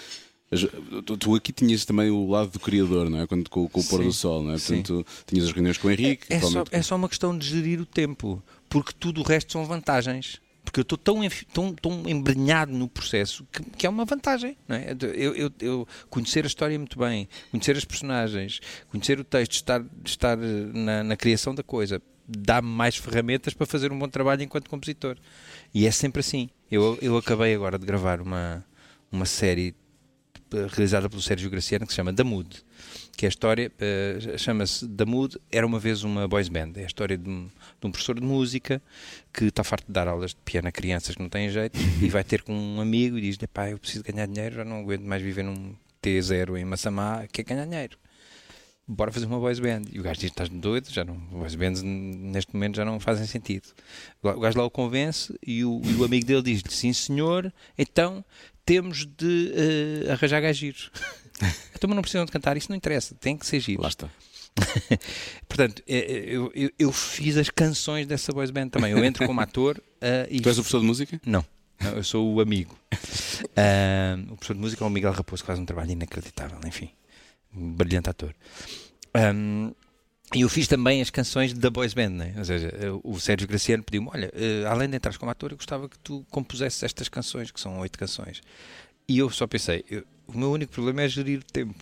C: As- Tu, tu aqui tinhas também o lado do criador, não é? Quando, com, com o Pôr
F: Sim.
C: do Sol, não é?
F: Sim.
C: Portanto, tinhas as reuniões com o Henrique.
F: É só,
C: provavelmente-
F: é só uma questão de gerir o tempo, porque tudo o resto são vantagens. Porque eu estou tão, enfi- tão, tão embrenhado no processo que, que é uma vantagem. Não é? eu, eu- eu conhecer a história muito bem, conhecer as personagens, conhecer o texto, estar, estar eh, na, na criação da coisa, dá-me mais ferramentas para fazer um bom trabalho enquanto compositor. E é sempre assim. Eu, eu acabei agora de gravar uma, uma série eh, realizada pelo Sérgio Graciano que se chama Damude, que é a história, eh, chama-se Damude, era uma vez uma boys band, é a história de um, de um professor de música que está farto de dar aulas de piano a crianças que não têm jeito e vai ter com um amigo e diz-lhe, pá, eu preciso ganhar dinheiro, já não aguento mais viver num T0 em Massamá, quer ganhar dinheiro. Bora fazer uma boys band. E o gajo diz: Estás doido? Já não, boys bands n- neste momento já não fazem sentido. O gajo lá o convence e o, e o amigo dele diz-lhe: Sim, senhor, então temos de eh, arranjar gajos giros. Então, mas não precisam de cantar, isso não interessa, tem que ser giro.
C: Lá está.
F: Portanto, eh, eh, eu, eu- eu fiz as canções dessa boys band também. Eu entro como ator eh, e.
C: Tu és o professor de música?
F: Não, não, eu sou o amigo. Ah, o professor de música é o Miguel Raposo, que faz um trabalho inacreditável, enfim. Um brilhante ator. Ahm, e eu fiz também as canções da Boys Band, né? ou seja, eu- o Sérgio Graciano pediu-me: Olha, eh, além de entrares como ator, eu gostava que tu compusesses estas canções, que são oito canções. E eu só pensei: eu- O meu único problema é gerir o tempo.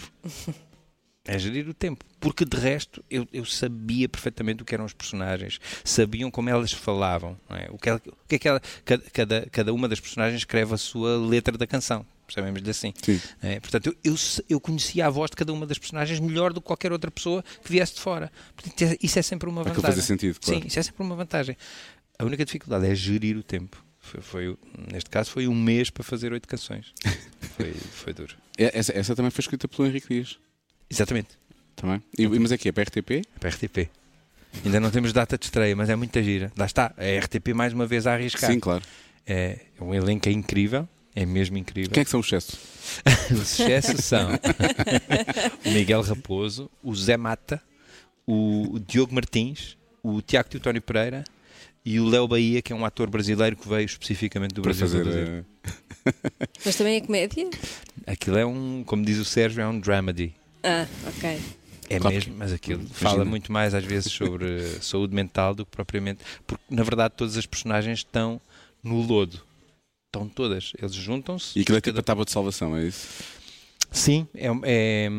F: É gerir o tempo, porque de resto eu, eu sabia perfeitamente o que eram os personagens, sabiam como elas falavam, não é? o que, ela- o que é que ela, cada, cada, cada uma das personagens escreve a sua letra da canção, chamemos-lhe assim.
C: Sim.
F: É, portanto, eu, eu, se- eu conhecia a voz de cada uma das personagens melhor do que qualquer outra pessoa que viesse de fora. Portanto, isso é- isso é sempre uma
C: Aquilo
F: vantagem.
C: fazia sentido, claro.
F: Sim, isso é sempre uma vantagem. A única dificuldade é gerir o tempo. Foi, foi- neste caso, foi um mês para fazer oito canções. Foi, foi duro.
C: É- Essa, essa também foi escrita pelo Henrique Dias.
F: Exatamente.
C: Também. E, mas é que é para RTP?
F: Para a RTP. Ainda não temos data de estreia, mas é muita gira. Lá está. é A RTP mais uma vez a arriscar.
C: Sim, claro.
F: É, um elenco é incrível. É mesmo incrível.
C: Quem é que são os excessos?
F: Os excessos são o Miguel Raposo, o Zé Mata, o Diogo Martins, o Tiago Teutónio Pereira e o Léo Bahia, que é um ator brasileiro que veio especificamente do
C: Para
F: Brasil.
C: fazer.
F: produzir.
C: eh,
B: Mas também é comédia?
F: Aquilo é um, como diz o Sérgio, é um dramedy.
B: Ah, ok.
F: É
C: Claro
F: mesmo, mas aquilo fala
C: imagina.
F: muito mais às vezes sobre saúde mental do que propriamente. Porque na verdade todas as personagens estão no lodo. Estão todas. Eles juntam-se.
C: E aquilo é tipo a tábua de salvação, é isso?
F: Sim, é, é-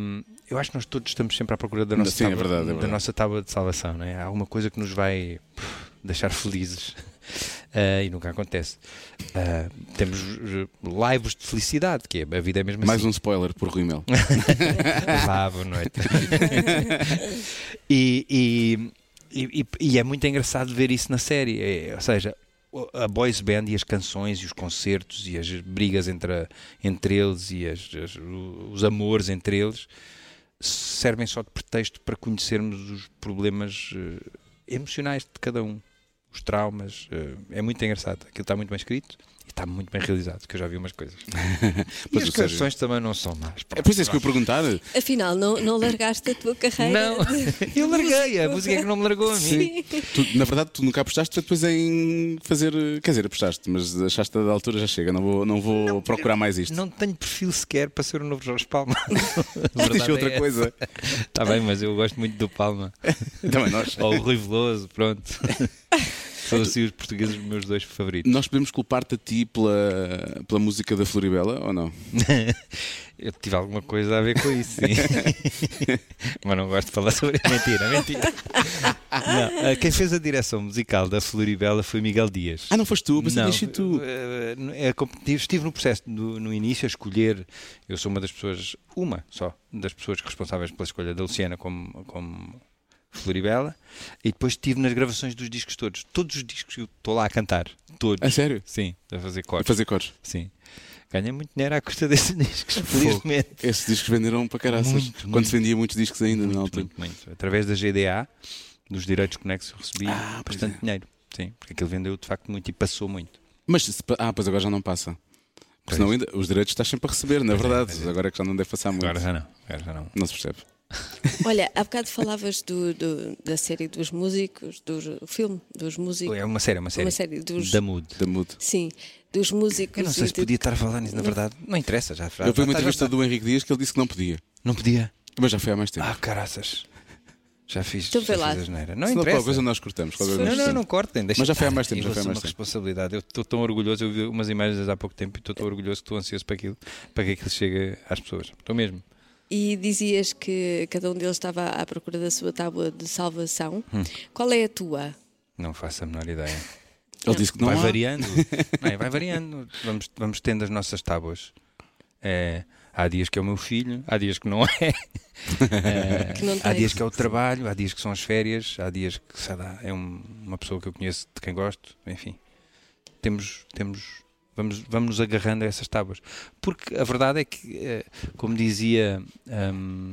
F: eu acho que nós todos estamos sempre à procura da nossa,
C: Sim, é
F: tábua,
C: verdade, é verdade.
F: Da nossa tábua de salvação, não é? Há alguma coisa que nos vai puf, deixar felizes Ah, e nunca acontece. Ah, temos eh, laivos de felicidade, que é, a vida é mesmo
C: Mais
F: assim.
C: um spoiler por Rui Mel. É
F: Vá, boa noite. e, e- e- e- e é muito engraçado ver isso na série. É, ou seja, o- a boys band e as canções e os concertos e as brigas entre, a- entre eles e as- as- o- os amores entre eles servem só de pretexto para conhecermos os problemas eh, emocionais de cada um. Os traumas, eh, é muito engraçado. Aquilo está muito bem escrito e está muito bem realizado, que eu já vi umas coisas. e
C: Mas
F: as
C: o Sérgio-
F: canções também não são más.
C: É por isso que eu ia perguntar.
B: Afinal, não, não largaste a tua carreira?
F: Não, eu larguei, a música é que não me largou a
B: Sim.
F: mim.
C: Tu, na verdade, tu nunca apostaste depois em fazer. eh, Quer dizer, apostaste, mas achaste da altura já chega. Não vou, não vou procurar mais isto.
F: Não é tenho perfil sequer para ser o novo Jorge Palma.
C: Diz outra coisa.
F: Está é Tá bem, mas eu gosto muito do Palma.
C: Também nós.
F: Ou o Rui Veloso, pronto. São assim os portugueses meus dois favoritos.
C: Nós podemos culpar-te a ti pela, pela música da Floribela ou não?
F: Eu tive alguma coisa a ver com isso, sim. mas não gosto de falar sobre isso. Mentira, mentira. Não, eh, quem fez a direção musical da Floribela foi Miguel Dias.
C: Ah, não foste tu, pensei que tinhas sido tu.
F: eh, é competitivo. estive no processo do- no início a escolher. Eu sou uma das pessoas, uma só, das pessoas responsáveis pela escolha da Luciana como, como Floribela. E depois estive nas gravações dos discos todos. Todos os discos eu estou lá a cantar. Todos.
C: A sério?
F: Sim, a fazer
C: A
F: cortes.
C: fazer cores.
F: Sim. Ganhei muito dinheiro à custa desses discos, felizmente.
C: Esses discos venderam para caraças.
F: Muito,
C: Quando
F: muito.
C: se vendia muitos discos ainda na altura.
F: Muito, muito. Através da GDA, dos direitos conexos, eu recebi
C: Ah, é.
F: bastante dinheiro. Sim, porque aquilo vendeu de facto muito e passou muito.
C: Mas, se pa- ah, pois agora já não passa. Porque senão ainda os direitos estás sempre a receber, na verdade. Agora é que já não deve passar muito.
F: Agora já não, agora já não.
C: Não se percebe.
B: Olha, há bocado falavas do, do- da série dos músicos, do filme dos músicos.
F: É uma série, é uma série.
B: Uma série dos.
F: Da Mood.
C: Da mudo.
B: Sim, dos músicos.
F: Eu não sei
B: e
F: se
B: de-
F: podia estar a falar nisso, na verdade. Não interessa, já. já
C: Eu vi uma
F: já- tá.
C: entrevista
F: já-
C: do Henrique Dias que ele disse que não podia.
F: Não podia.
C: Mas já foi há mais tempo.
F: Ah, caraças. Já fiz.
B: Então
F: já
B: vê
F: fiz
B: lá.
F: asneira. Não
C: se não qualquer
F: interessa.
C: coisa nós cortamos. qualquer coisa nós
F: Não, não, não
C: cortamos.
F: cortem. deixa
C: Mas já foi há
F: estar.
C: mais tempo,
F: Eu
C: já foi há
F: assumo
C: mais
F: a
C: tempo.
F: responsabilidade. Eu estou tão orgulhoso. Eu vi umas imagens há pouco tempo e estou tão orgulhoso que estou ansioso para aquilo, para que aquilo chegue às pessoas. Estou mesmo.
B: E dizias que cada um deles estava à procura da sua tábua de salvação.
F: Hum.
B: Qual é a tua?
F: Não faço a menor ideia.
C: Ele disse que não
F: vai
C: há.
F: variando. Não é? vai variando. Vamos, vamos tendo as nossas tábuas. É, há dias que é o meu filho, há dias que não é. É,
B: Que não
F: há
B: tens.
F: dias que é o trabalho, há dias que são as férias, há dias que, sei lá, é um- uma pessoa que eu conheço de quem gosto, enfim. Temos, temos, vamos, vamos nos agarrando a essas tábuas. Porque a verdade é que, eh, como dizia, hum,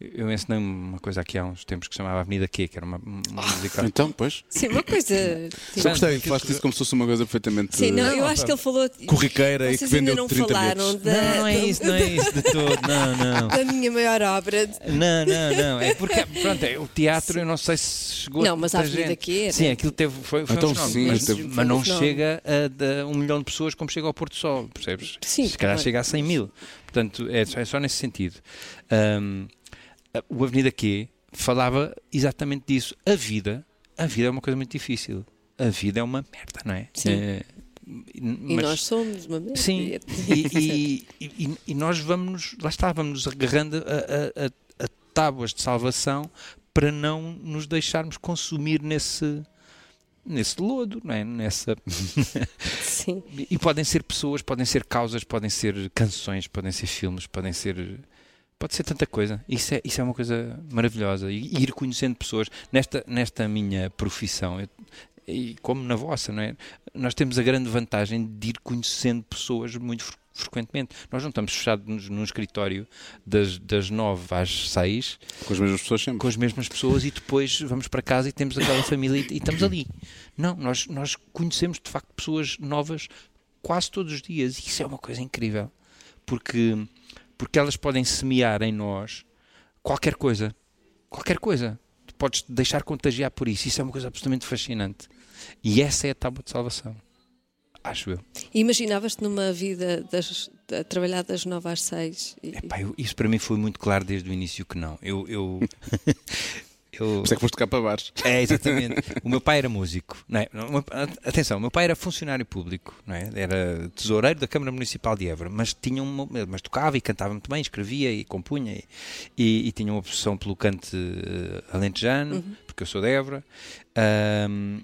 F: eu ensinei uma coisa aqui há uns tempos que se chamava Avenida Q, que era uma, uma
B: Ah,
F: musical.
C: Então, pois.
B: Sim, uma coisa. tipo,
C: Só gostei. Falaste disso como se fosse uma coisa perfeitamente
B: Sim, não, eu acho que ele falou.
C: corriqueira e que
B: Vocês ainda
C: vendeu
B: não
C: 30
B: falaram
C: bilhetes.
B: da,
F: Não, não é isso, não é isso de todo. Não, não.
B: da minha maior obra.
F: Não, não, não. É porque, pronto, é, o teatro eu não sei se chegou. a
B: Não, mas
F: tanta
B: a Avenida
F: gente.
B: Q era.
F: Sim, aquilo teve, foi, foi
C: Então,
F: um fenómeno,
C: sim,
F: mas,
C: teve-
F: mas não
B: é, né? foi um fenómeno.
F: chega a de um milhão de pessoas como chega ao Porto Sol, percebes?
B: Sim,
F: Se calhar
B: claro.
F: chega a 100 mil. Portanto, é, só- é só nesse sentido. Ahm, a- o Avenida Q falava exatamente disso. A vida, a vida é uma coisa muito difícil. A vida é uma merda, não é?
B: Sim.
F: É,
B: E
F: mas-
B: nós somos uma merda.
F: Sim, e, e- e- e nós vamos, lá está, vamos nos agarrando a, a- a- a tábuas de salvação para não nos deixarmos consumir nesse, nesse lodo, não é? Nessa,
B: Sim.
F: e podem ser pessoas, podem ser causas, podem ser canções, podem ser filmes, podem ser. Pode ser tanta coisa. Isso é, isso é uma coisa maravilhosa. E ir conhecendo pessoas. Nesta, nesta minha profissão, eu- e como na vossa, não é? Nós temos a grande vantagem de ir conhecendo pessoas muito fre- frequentemente. Nós não estamos fechados nos- num escritório das, das 9 às 6
C: Com as mesmas pessoas sempre.
F: com as mesmas pessoas e depois vamos para casa e temos aquela família e, e estamos ali. Não, nós, nós conhecemos de facto pessoas novas quase todos os dias e isso é uma coisa incrível porque, porque elas podem semear em nós qualquer coisa. Qualquer coisa. Tu podes te deixar contagiar por isso. Isso é uma coisa absolutamente fascinante. E essa é a tábua de salvação. Acho eu.
B: Imaginavas-te numa vida das, a trabalhar das nove às seis? E,
F: Epá, eu- Isso para mim foi muito claro desde o início que não. Eu. eu, eu
C: Por isso é que foste cá para bares.
F: É, exatamente. O meu pai era músico. Não é? O meu- Atenção, o meu pai era funcionário público, não é? era tesoureiro da Câmara Municipal de Évora, mas, tinha uma, mas tocava e cantava muito bem, escrevia e compunha e, e- e tinha uma obsessão pelo cante eh, alentejano, porque eu sou de Évora. Ahm,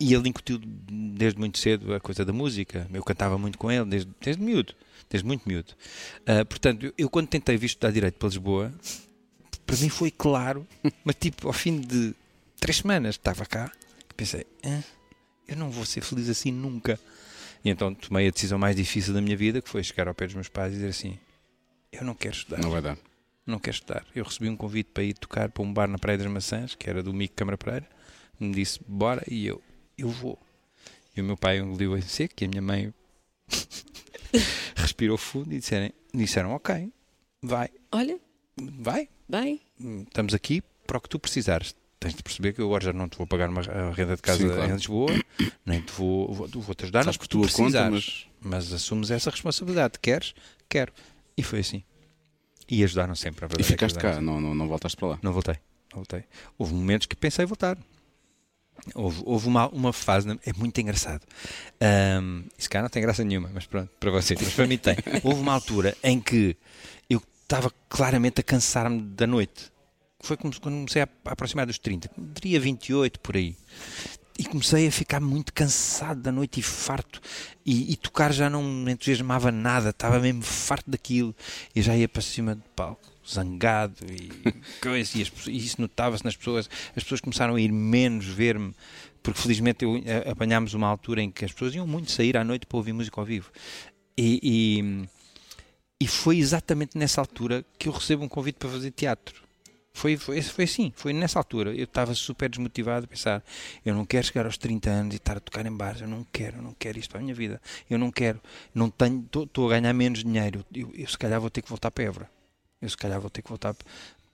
F: e ele incutiu desde muito cedo a coisa da música. Eu cantava muito com ele, desde, desde miúdo. Desde muito miúdo. Ah, portanto, eu, eu quando tentei vir estudar Direito para Lisboa, para mim foi claro, mas tipo, ao fim de três semanas que estava cá, que pensei, "Hã? eu não vou ser feliz assim nunca. E então tomei a decisão mais difícil da minha vida, que foi chegar ao pé dos meus pais e dizer assim, eu não quero estudar
C: Não vai dar.
F: não quero estudar. Eu recebi um convite para ir tocar para um bar na Praia das Maçãs, que era do Mico Câmara Pereira, me disse bora e eu, eu vou. E o meu pai engoliu em seco e a minha mãe respirou fundo e disseram, disseram ok, vai,
B: olha,
F: vai,
B: bem,
F: estamos aqui para o que tu precisares. Tens de perceber que eu agora já não te vou pagar uma a renda de casa
C: Sim, claro.
F: em Lisboa, nem te vou, vou, te ajudar,
C: Sabes
F: no
C: por
F: tu
C: tua conta,
F: precisares
C: mas.
F: mas assumes essa responsabilidade. Queres? Quero. E foi assim. E ajudaram sempre, a
C: E
F: verdade. é que
C: ficaste
F: ajudaram
C: cá, não, não, não voltaste para lá.
F: não voltei. Não voltei. Houve momentos que pensei voltar. Houve, houve uma, uma fase, na- é muito engraçado. Ahm, isso cá não tem graça nenhuma, mas pronto, para vocês, mas para mim tem. Houve uma altura em que eu estava claramente a cansar-me da noite. Foi como- quando comecei a a aproximar dos 30, diria 28 por aí. E comecei a ficar muito cansado da noite e farto. E, e tocar já não me entusiasmava nada, estava mesmo farto daquilo. E já ia para cima do palco, zangado e coisa. E, as pessoas- e isso notava-se nas pessoas. As pessoas começaram a ir menos ver-me, porque felizmente eu, a- apanhámos uma altura em que as pessoas iam muito sair à noite para ouvir música ao vivo. E, e- e foi exatamente nessa altura que eu recebo um convite para fazer teatro. Foi, foi, foi assim, foi nessa altura. Eu estava super desmotivado a pensar: eu não quero chegar aos 30 anos e estar a tocar em bares, eu não quero, eu não quero isto para a minha vida, eu não quero, não tenho, estou a ganhar menos dinheiro, eu, eu se calhar vou ter que voltar para Évora, eu se calhar vou ter que voltar,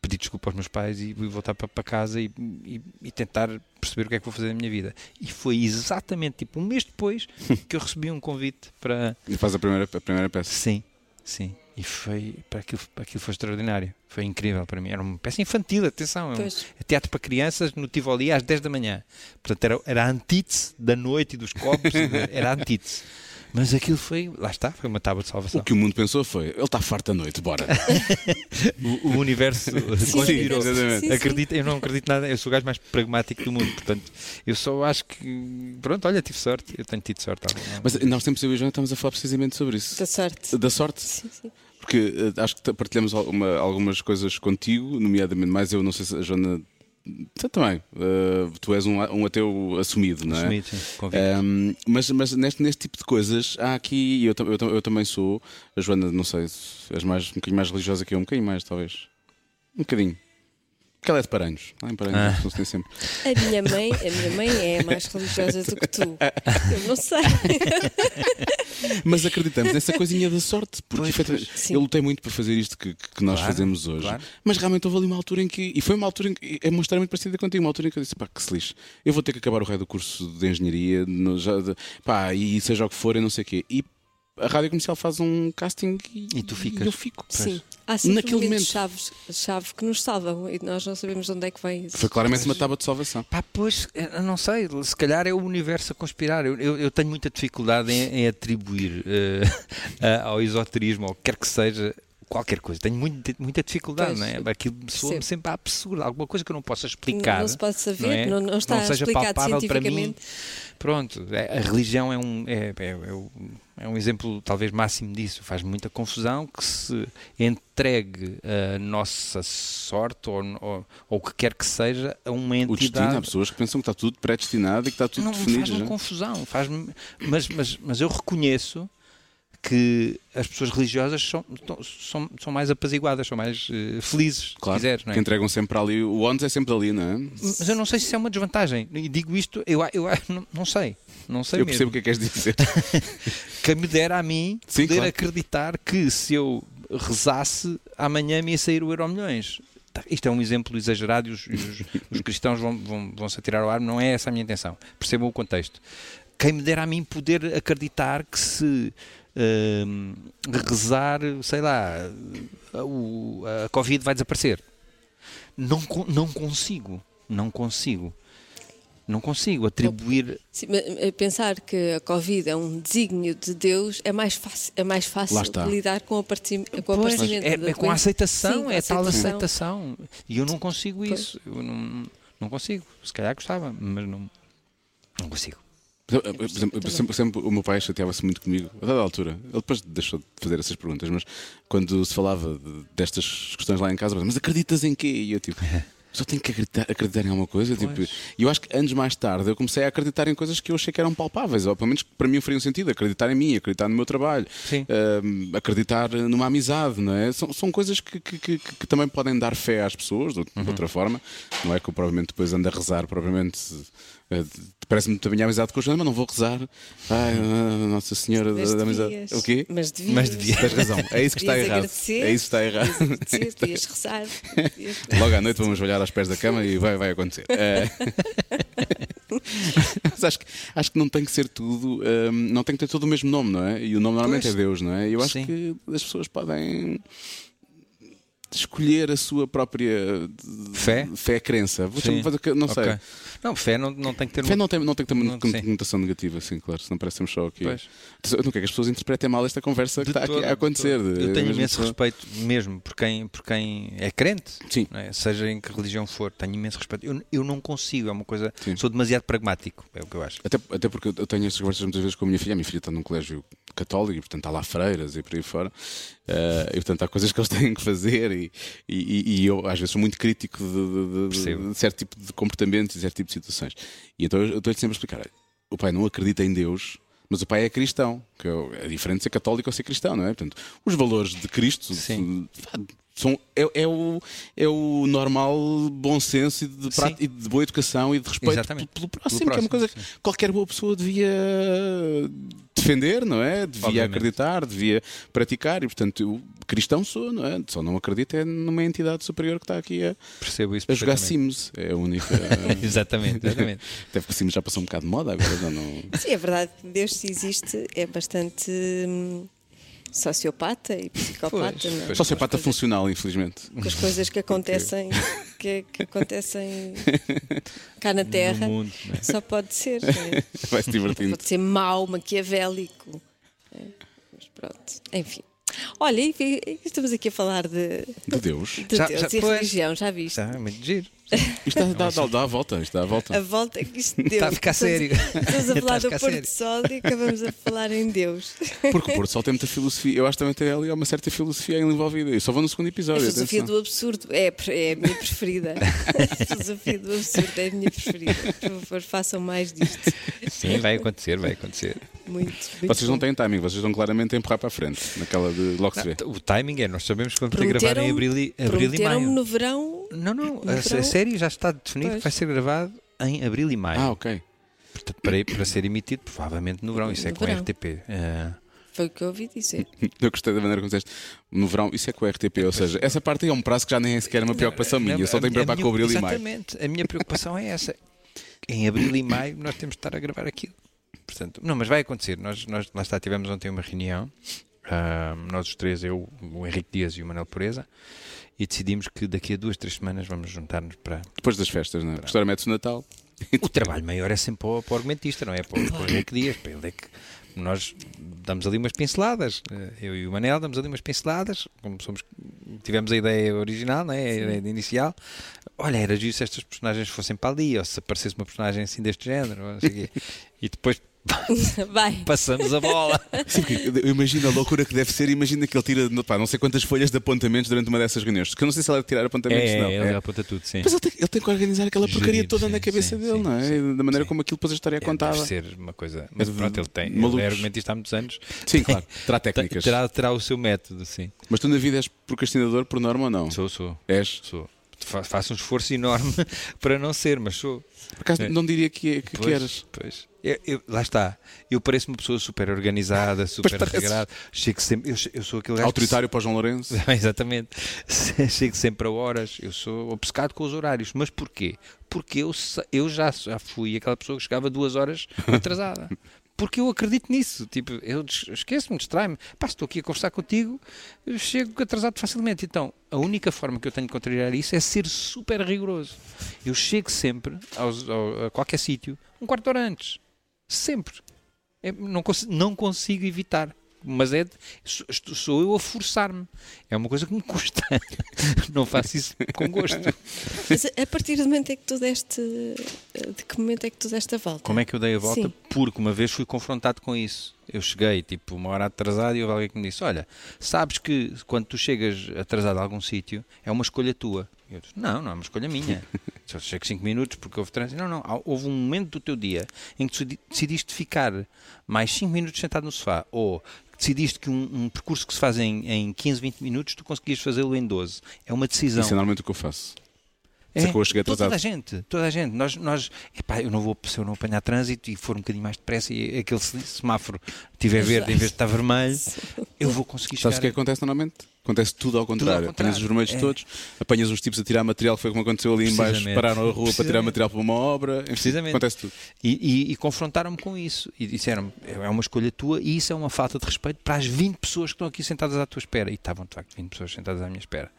F: pedir desculpa aos meus pais e, e voltar para, para casa e, e- e tentar perceber o que é que vou fazer da minha vida. E foi exatamente tipo um mês depois que eu recebi um convite para.
C: E faz a primeira, a primeira peça.
F: Sim, sim. E foi, para aquilo, para aquilo foi extraordinário, foi incrível para mim. Era uma peça infantil, atenção,
C: Hum.
F: é um-
B: pois.
F: teatro para crianças no Tivoli às 10 da manhã. Portanto, era, era a antítese da noite e dos copos, era a antítese. Mas aquilo foi, lá está, foi uma tábua de
C: O
F: salvação.
C: que o mundo pensou foi: ele está farto da noite, bora.
F: O, o universo conspirou.
C: exatamente.
B: Sim, sim.
F: Acredito, eu não acredito nada, eu sou o gajo mais pragmático do mundo, portanto, eu só acho que. Pronto, olha, tive sorte, eu tenho tido sorte. alguma.
C: Mas nós temos eu e o João estamos a falar precisamente sobre isso.
B: Da sorte.
C: Da sorte,
B: Sim, sim.
C: porque eh, acho que t- partilhamos alguma- algumas coisas contigo, nomeadamente, mas eu não sei se a Joana. Tu também. eh, tu és um, a- um ateu assumido, não é?
F: Assumido, sim, convicto.
C: Um, mas mas neste, neste tipo de coisas há aqui, e eu, tam- eu, tam- eu também sou, a Joana, não sei, se és mais, um bocadinho mais religiosa que eu, um bocadinho mais, talvez. Um bocadinho. Porque ela é de Paranhos, lá em Paranhos, não se tem sempre.
B: A minha mãe, a minha mãe é mais religiosa do que tu. Eu não sei.
C: Mas acreditamos nessa coisinha da sorte, porque efetivamente,
B: Sim.
C: eu lutei muito para fazer isto que, que nós
F: Claro,
C: fazemos hoje.
F: claro.
C: Mas realmente houve ali uma altura em que, e foi uma altura em que, é uma história muito parecida contigo, uma altura em que eu disse, pá, que se lixe, eu vou ter que acabar o raio do curso de engenharia, no- já de- pá, e seja o que for, e não sei o quê. E a rádio comercial faz um casting e,
F: E tu ficas.
C: eu fico.
B: Sim. Há sempre
C: Naquele
B: momentos
C: momento.
B: chaves, chave que nos salvam e nós não sabemos de onde é que vem isso.
C: Foi claramente uma tábua de salvação.
F: Pá, pois, eh, eu não sei, se calhar é o universo a conspirar. Eu, eu- eu tenho muita dificuldade em, em atribuir eh, a- ao esoterismo, ou quer que seja, qualquer coisa. Tenho muito- muita dificuldade,
B: Pois,
F: não é? Aquilo soa-me
B: percebo.
F: sempre absurdo, alguma coisa que eu não possa
B: Não-
F: explicar.
B: Não se pode saber, não,
F: é?
B: não está
F: seja
B: explicado
F: palpável para mim.
B: cientificamente.
F: Pronto, é- a religião é um. É, é- é o- é um exemplo talvez máximo disso. Faz muita confusão que se entregue a nossa sorte ou, ou, ou o que quer que seja a uma
C: O destino, há
F: entidade.
C: pessoas que pensam que está tudo predestinado e que está tudo
F: não me
C: definido
F: faz um uma
C: já.
F: confusão. Faz mas, mas, mas eu reconheço que as pessoas religiosas são, tão- são, são mais apaziguadas, são mais eh, felizes,
C: Claro,
F: se quiseres. Não é?
C: que entregam sempre ali. O ONU é sempre ali, não é?
F: Mas eu não sei se isso é uma desvantagem. E digo isto, eu, a- eu a- não, não sei. Não sei
C: Eu percebo
F: mesmo.
C: o que é que queres dizer.
F: que me dera a mim
C: Sim,
F: poder
C: claro.
F: acreditar que se eu rezasse, amanhã me ia sair o euro milhões. Isto é um exemplo exagerado e os, e os- os cristãos vão, vão, vão se atirar ao ar, não é essa a minha intenção. Percebam o contexto. Quem me dera a mim poder acreditar que se hum, rezar, sei lá, a- o- a Covid vai desaparecer. Não, con- não consigo, não consigo. Não consigo atribuir
B: Sim, mas, eh, pensar que a Covid é um desígnio de Deus é mais fácil, é mais fácil
C: Lá está.
B: lidar com o aparecimento, com o
F: Pois,
B: aparecimento
F: é,
B: da
F: é com a
B: doença.
F: aceitação,
B: Sim,
F: é tal
B: aceitação.
F: aceitação. E eu não consigo
B: Pois.
F: isso. Eu não, não consigo. Se calhar gostava, mas não, não consigo.
C: Por exemplo, por exemplo, sempre, sempre o meu pai chateava-se muito comigo, a dada altura. Ele depois deixou de fazer essas perguntas, mas quando se falava de- destas questões lá em casa, mas acreditas em quê? E eu tipo. Só tenho que acreditar, acreditar em alguma coisa. tipo, E eu acho que anos mais tarde eu comecei a acreditar em coisas que eu achei que eram palpáveis, ou pelo menos que para mim fariam sentido. Acreditar em mim, acreditar no meu trabalho,
F: Sim.
C: hum, acreditar numa amizade, não é? São, são coisas que, que- que- que também podem dar fé às pessoas, de outra- de outra forma. Não é que eu provavelmente depois ando a rezar, provavelmente. eh, Parece-me também a amizade com o Joana, mas não vou rezar. Ai, ah, Nossa Senhora
B: Mas
C: da, da amizade.
B: devias.
C: O quê?
B: Mas devias.
F: Mas devias.
C: Tens razão. É isso que está
B: Devias
C: errado.
B: agradecer,
C: É isso que está errado.
B: Sim, devias rezar. devias-
C: Logo à noite vamos olhar aos pés da cama e vai, vai acontecer. Eh, Mas acho que, acho que não tem que ser tudo, ehm, não tem que ter todo o mesmo nome, não é? E o nome normalmente
F: Pois.
C: é Deus, não é? E eu acho
F: Sim.
C: que as pessoas podem escolher a sua própria
F: Fé?
C: fé crença. Vou chamar-
F: Sim.
C: fazer que- não sei.
F: Ok. Não, fé não, não tem que ter
C: Fé não tem, não tem que ter uma
F: Não, sim.
C: conotação negativa, sim, claro, senão parecemos só aqui. Então,
F: Pois.
C: Eu não quero que as pessoas interpretem mal esta conversa que
F: de
C: está aqui
F: todo,
C: a acontecer. eh,
F: de todo. Eu tenho
C: Mesmo
F: imenso
C: só-
F: respeito mesmo por quem, por quem é crente,
C: Sim.
F: não é? seja em que religião for, tenho imenso respeito. Eu, eu não consigo, é uma coisa.
C: Sim.
F: Sou demasiado pragmático, é o que eu acho.
C: Até, até porque eu tenho estas conversas muitas vezes com a minha filha. A minha filha está num colégio católico e, portanto, está lá freiras e por aí fora. Eh, e, portanto, há coisas que eles têm que fazer. E, e, e eu, às vezes, sou muito crítico de, de- de-
F: Percebo.
C: de certo tipo de comportamento e certo tipo de situações. E então eu eu estou-lhe sempre a explicar: olha, o pai não acredita em Deus. Mas o pai é cristão, que é o- é diferente de ser católico ou ser cristão, não é? Portanto, os valores de Cristo
F: Sim.
C: eh, são, é, é o, é o normal bom senso e de,
F: Sim.
C: prática- e de boa educação e de respeito
F: Exatamente.
C: pelo próximo,
F: Pelo
C: que é uma
F: próximo,
C: coisa que qualquer boa pessoa devia defender, não é? Devia
F: Obviamente.
C: acreditar, devia praticar e, portanto, eu cristão sou, não é? Só não acredito é numa entidade superior que está aqui a,
F: Percebo isso.
C: a jogar
F: perfeitamente.
C: Sims. É a única.
F: Exatamente, exatamente.
C: Até porque Sims já passou um bocado de moda agora, já não.
B: Sim, é verdade. Deus, se existe, é bastante hum, sociopata e psicopata.
F: Pois,
B: não é?
C: Só ser pata
B: Com as coisas-
C: funcional, infelizmente.
B: Com as coisas que acontecem, que, que acontecem cá na Terra,
F: mundo, não é?
B: só pode ser. não é?
C: Vai se divertindo.
B: Pode ser mau, maquiavélico. né? Mas pronto, enfim. Olha, e vi- e estamos aqui a falar de,
C: De Deus.
B: de
F: Já-
B: Deus
F: já-
B: e
F: pois.
B: religião, já viste?
F: Está é? Tá, muito giro.
C: Isto dá, dá, dá, dá a volta, isto dá a volta.
B: A volta que isto deu.
F: Está a ficar sério.
B: Estamos
F: Está
B: a
F: a
B: falar do Porto
F: ficar sério.
B: do Sol e acabamos a falar em Deus.
C: Porque o Porto Sol tem muita filosofia. Eu acho que também tem ali uma certa filosofia envolvida. Eu só vou no segundo
B: A
C: episódio.
B: filosofia
C: atenção.
B: do absurdo é, é a minha preferida. A filosofia do absurdo é a minha preferida. Por favor, façam mais disto.
F: Sim, vai acontecer, vai acontecer.
B: Muito, muito
C: Vocês não
B: bom.
C: têm timing, vocês estão claramente a empurrar para a frente, naquela de logo se vê.
F: O timing é, nós sabemos que vamos ter que gravar em abril e, abril e
B: prometeram-me
F: maio.
B: no verão.
F: Não, não,
B: No
F: a,
B: verão?
F: a série já está definido que
B: Pois.
F: vai ser gravado em abril e maio.
C: Ah, ok.
F: Portanto, para, para ser emitido, provavelmente no verão. Isso é
B: No
F: com a
B: verão.
F: RTP. Eh,
B: Foi o que eu ouvi dizer.
C: Eu gostei da maneira como disseste. No verão, isso é com o RTP, ou seja, essa parte aí é um prazo que já nem é sequer uma preocupação minha, eu só tenho que
F: a
C: preocupar
F: minha-
C: com o abril e maio.
F: Exatamente, a minha preocupação é essa. Em abril e maio nós temos de estar a gravar aquilo. Portanto, não, mas vai acontecer. Nós, nós lá está, tivemos ontem uma reunião, ah, nós os três, eu, o Henrique Dias e o Manuel Pureza, e decidimos que daqui a duas, três semanas vamos juntar-nos para.
C: Depois das festas, não é? Porque agora mete-se o Natal.
F: O trabalho maior é sempre para o, para o argumentista, não é? Para o, para o Henrique Dias, para ele é que nós damos ali umas pinceladas. Eh, Eu e o Manel damos ali umas pinceladas, como somos, tivemos a ideia original, não é? A ideia inicial. Olha, era giro se estas personagens fossem para ali, ou se aparecesse uma personagem assim deste género, ou não sei o quê. e depois
B: Vai.
F: Passamos a bola.
C: Sim, porque eu imagino a loucura que deve ser. Imagina que ele tira pá, não sei quantas folhas de apontamentos durante uma dessas reuniões. Que eu não sei se ela é de tirar apontamentos, não.
F: ele aponta tudo, sim.
C: Mas ele tem, ele tem que organizar aquela
F: Gerir,
C: porcaria toda
F: sim,
C: na cabeça
F: sim,
C: dele,
F: sim,
C: não é?
F: sim,
C: da maneira
F: sim.
C: como aquilo depois a história é, contada.
F: Deve ser uma coisa. Mas
C: É de
F: pronto, ele tem. Ele
C: malucos.
F: é argumentista há muitos anos.
C: Sim, claro. Terá
F: Te-
C: técnicas.
F: Terá, terá o seu método, sim.
C: Mas tu na vida és procrastinador por norma ou não?
F: Sou, sou.
C: És?
F: Sou. Fa- Faço um esforço enorme para não ser, mas sou.
C: Por acaso
F: É.
C: não diria que, que, que
F: Pois,
C: eras.
F: pois. Eu- eu- lá está. Eu pareço uma pessoa super organizada, super
C: pareces.
F: regrada. Chego sempre. Eu, eu sou aquele gajo. que
C: Autoritário para o João Lourenço?
F: Exatamente. Se- Chego sempre a horas, eu sou obcecado com os horários. Mas porquê? Porque eu, sa- eu já, já fui aquela pessoa que chegava duas horas atrasada. Porque eu acredito nisso. Tipo, eu des- esqueço-me, distrai-me. Pá, se estou aqui a conversar contigo, eu chego atrasado facilmente. Então, a única forma que eu tenho de contrariar isso é ser super rigoroso. Eu chego sempre aos- ao- a qualquer sítio um quarto de hora antes. Sempre. É, não, consi- não consigo evitar. Mas é, sou, estou- sou eu a forçar-me. É uma coisa que me custa. não faço isso com gosto.
B: Mas a partir do momento é que tu deste. eh, De que momento é que tu deste a volta?
F: Como é que eu dei a volta?
B: Sim.
F: Porque uma vez fui confrontado com isso. Eu cheguei, tipo, uma hora atrasado e houve alguém que me disse: Olha, sabes que quando tu chegas atrasado a algum sítio, é uma escolha tua. Eu disse: Não, não é uma escolha minha. Só chego 5 minutos porque houve trânsito. Não, não. há- Houve um momento do teu dia em que tu de- decidiste ficar mais 5 minutos sentado no sofá ou decidiste que um, um percurso que se faz em, em 15, 20 minutos, tu conseguias fazê-lo em 12. É uma decisão.
C: Isso é normalmente o que eu faço. Sacou? Eu cheguei
F: É, Toda
C: atrasado.
F: a gente, toda a gente. Nós, nós epá, eu não vou, se eu não apanhar trânsito e for um bocadinho mais depressa e aquele se- semáforo estiver verde em vez de estar vermelho, eu vou conseguir chegar.
C: Sabes o que é que acontece normalmente? Acontece tudo ao contrário.
F: contrário,
C: Apanhas os vermelhos
F: é.
C: todos, apanhas os tipos a tirar material, que foi como aconteceu ali em baixo,
F: Precisamente.
C: pararam a rua para tirar
F: Precisamente.
C: material para uma obra. Enfim,
F: Precisamente.
C: Acontece tudo.
F: E, e- e confrontaram-me com isso e disseram-me: é uma escolha tua e isso é uma falta de respeito para as 20 pessoas que estão aqui sentadas à tua espera. E estavam, de facto, 20 pessoas sentadas à minha espera.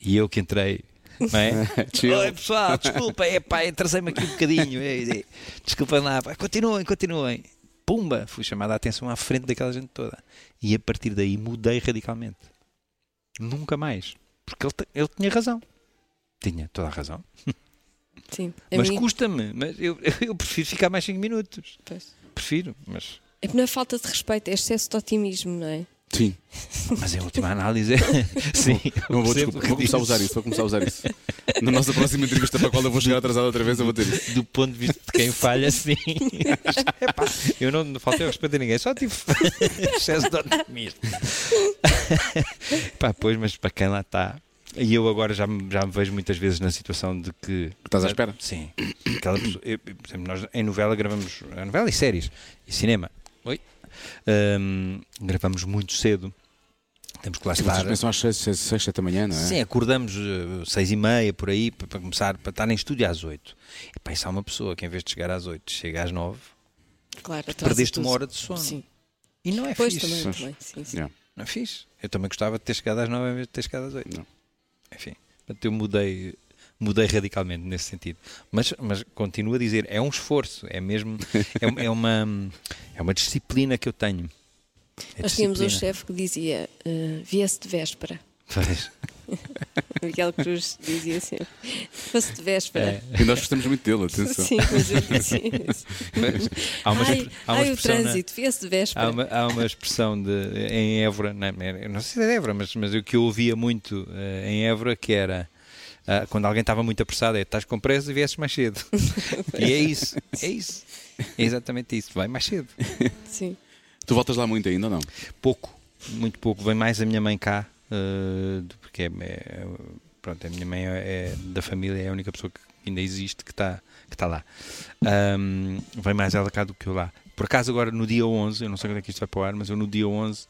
F: E eu que entrei. Não é?
C: Chill.
F: Oi pessoal, desculpa, é pá, atrasei-me aqui um bocadinho. É, é, desculpem lá, pá. continuem, continuem. Pumba, fui chamada a atenção à frente daquela gente toda. E a partir daí mudei radicalmente. Nunca mais. Porque ele, te- ele tinha razão. Tinha toda a razão.
B: Sim. A
F: mas
B: mim,
F: custa-me. Mas eu, eu prefiro ficar mais 5 minutos.
B: pois.
F: Prefiro, mas.
B: É que não é falta de respeito, é excesso de otimismo, não é?
C: Sim.
F: Mas em última análise. é- Sim.
C: Não vou,
F: percebo
C: desculpa,
F: o que
C: vou começar a
F: dizes.
C: usar isso, vou começar a usar isso. Na nossa próxima entrevista para a qual eu vou chegar atrasado outra vez, eu vou ter isso.
F: do ponto de vista de quem falha, sim. Epá, eu não, não faltei ao respeito a ninguém, só tive excesso de otimismo. Pá, pois, mas para quem lá está. E eu agora já me, já me vejo muitas vezes na situação de que.
C: Estás à espera?
F: Sim. Aquela pessoa, eu- eu, por exemplo, nós em novela gravamos. A novela e séries. E cinema. Oi. Ahm, gravamos muito cedo. Temos que lá
C: Vocês
F: estar.
C: pensam às 6, 6, 6 7 da manhã, não é?
F: Sim, acordamos eh, seis e meia por aí para, para começar, para estar em estúdio às oito. E pensar uma pessoa que em vez de chegar às oito chega às nove,
B: Claro, atrasa
F: perdeste
B: tudo.
F: uma hora de sono.
B: Sim.
F: E não é
B: Pois
F: fixe.
B: também, também. Sim, sim.
C: Yeah.
F: Não é fixe. Eu também gostava de ter chegado às nove em vez de ter chegado às oito.
C: Não.
F: Enfim, portanto, eu mudei, mudei radicalmente nesse sentido. Mas, mas continuo a dizer, é um esforço, é mesmo, é, é uma, é uma disciplina que eu tenho. É
B: Nós tínhamos um
F: disciplina.
B: chefe que dizia: eh, viesse de véspera.
F: Pois,
B: Miguel Cruz dizia sempre: fosse de véspera.
F: é.
C: E nós gostamos muito dele, atenção.
B: Sim, mas eu dizia isso.
F: Há uma,
B: ai,
F: expre- há uma
B: ai, o
F: expressão na-
B: trânsito, viesse de véspera.
F: Há uma, há uma expressão de, em Évora, não, é? Eu não sei se é de Évora, mas, mas o que eu ouvia muito eh, em Évora que era ah, quando alguém estava muito apressado, é estás com pressa e viesses mais cedo. e é isso, é isso. É exatamente isso, vai mais cedo.
B: Sim.
C: Tu voltas lá muito ainda ou não?
F: Pouco, muito pouco. Vem mais a minha mãe cá, eh, do- porque é, é- pronto, a minha mãe é, é da família, é a única pessoa que ainda existe que está que está lá. Ahm, vem mais ela cá do que eu lá. Por acaso, agora no dia 11, eu não sei quando é que isto vai para o ar, mas eu no dia 11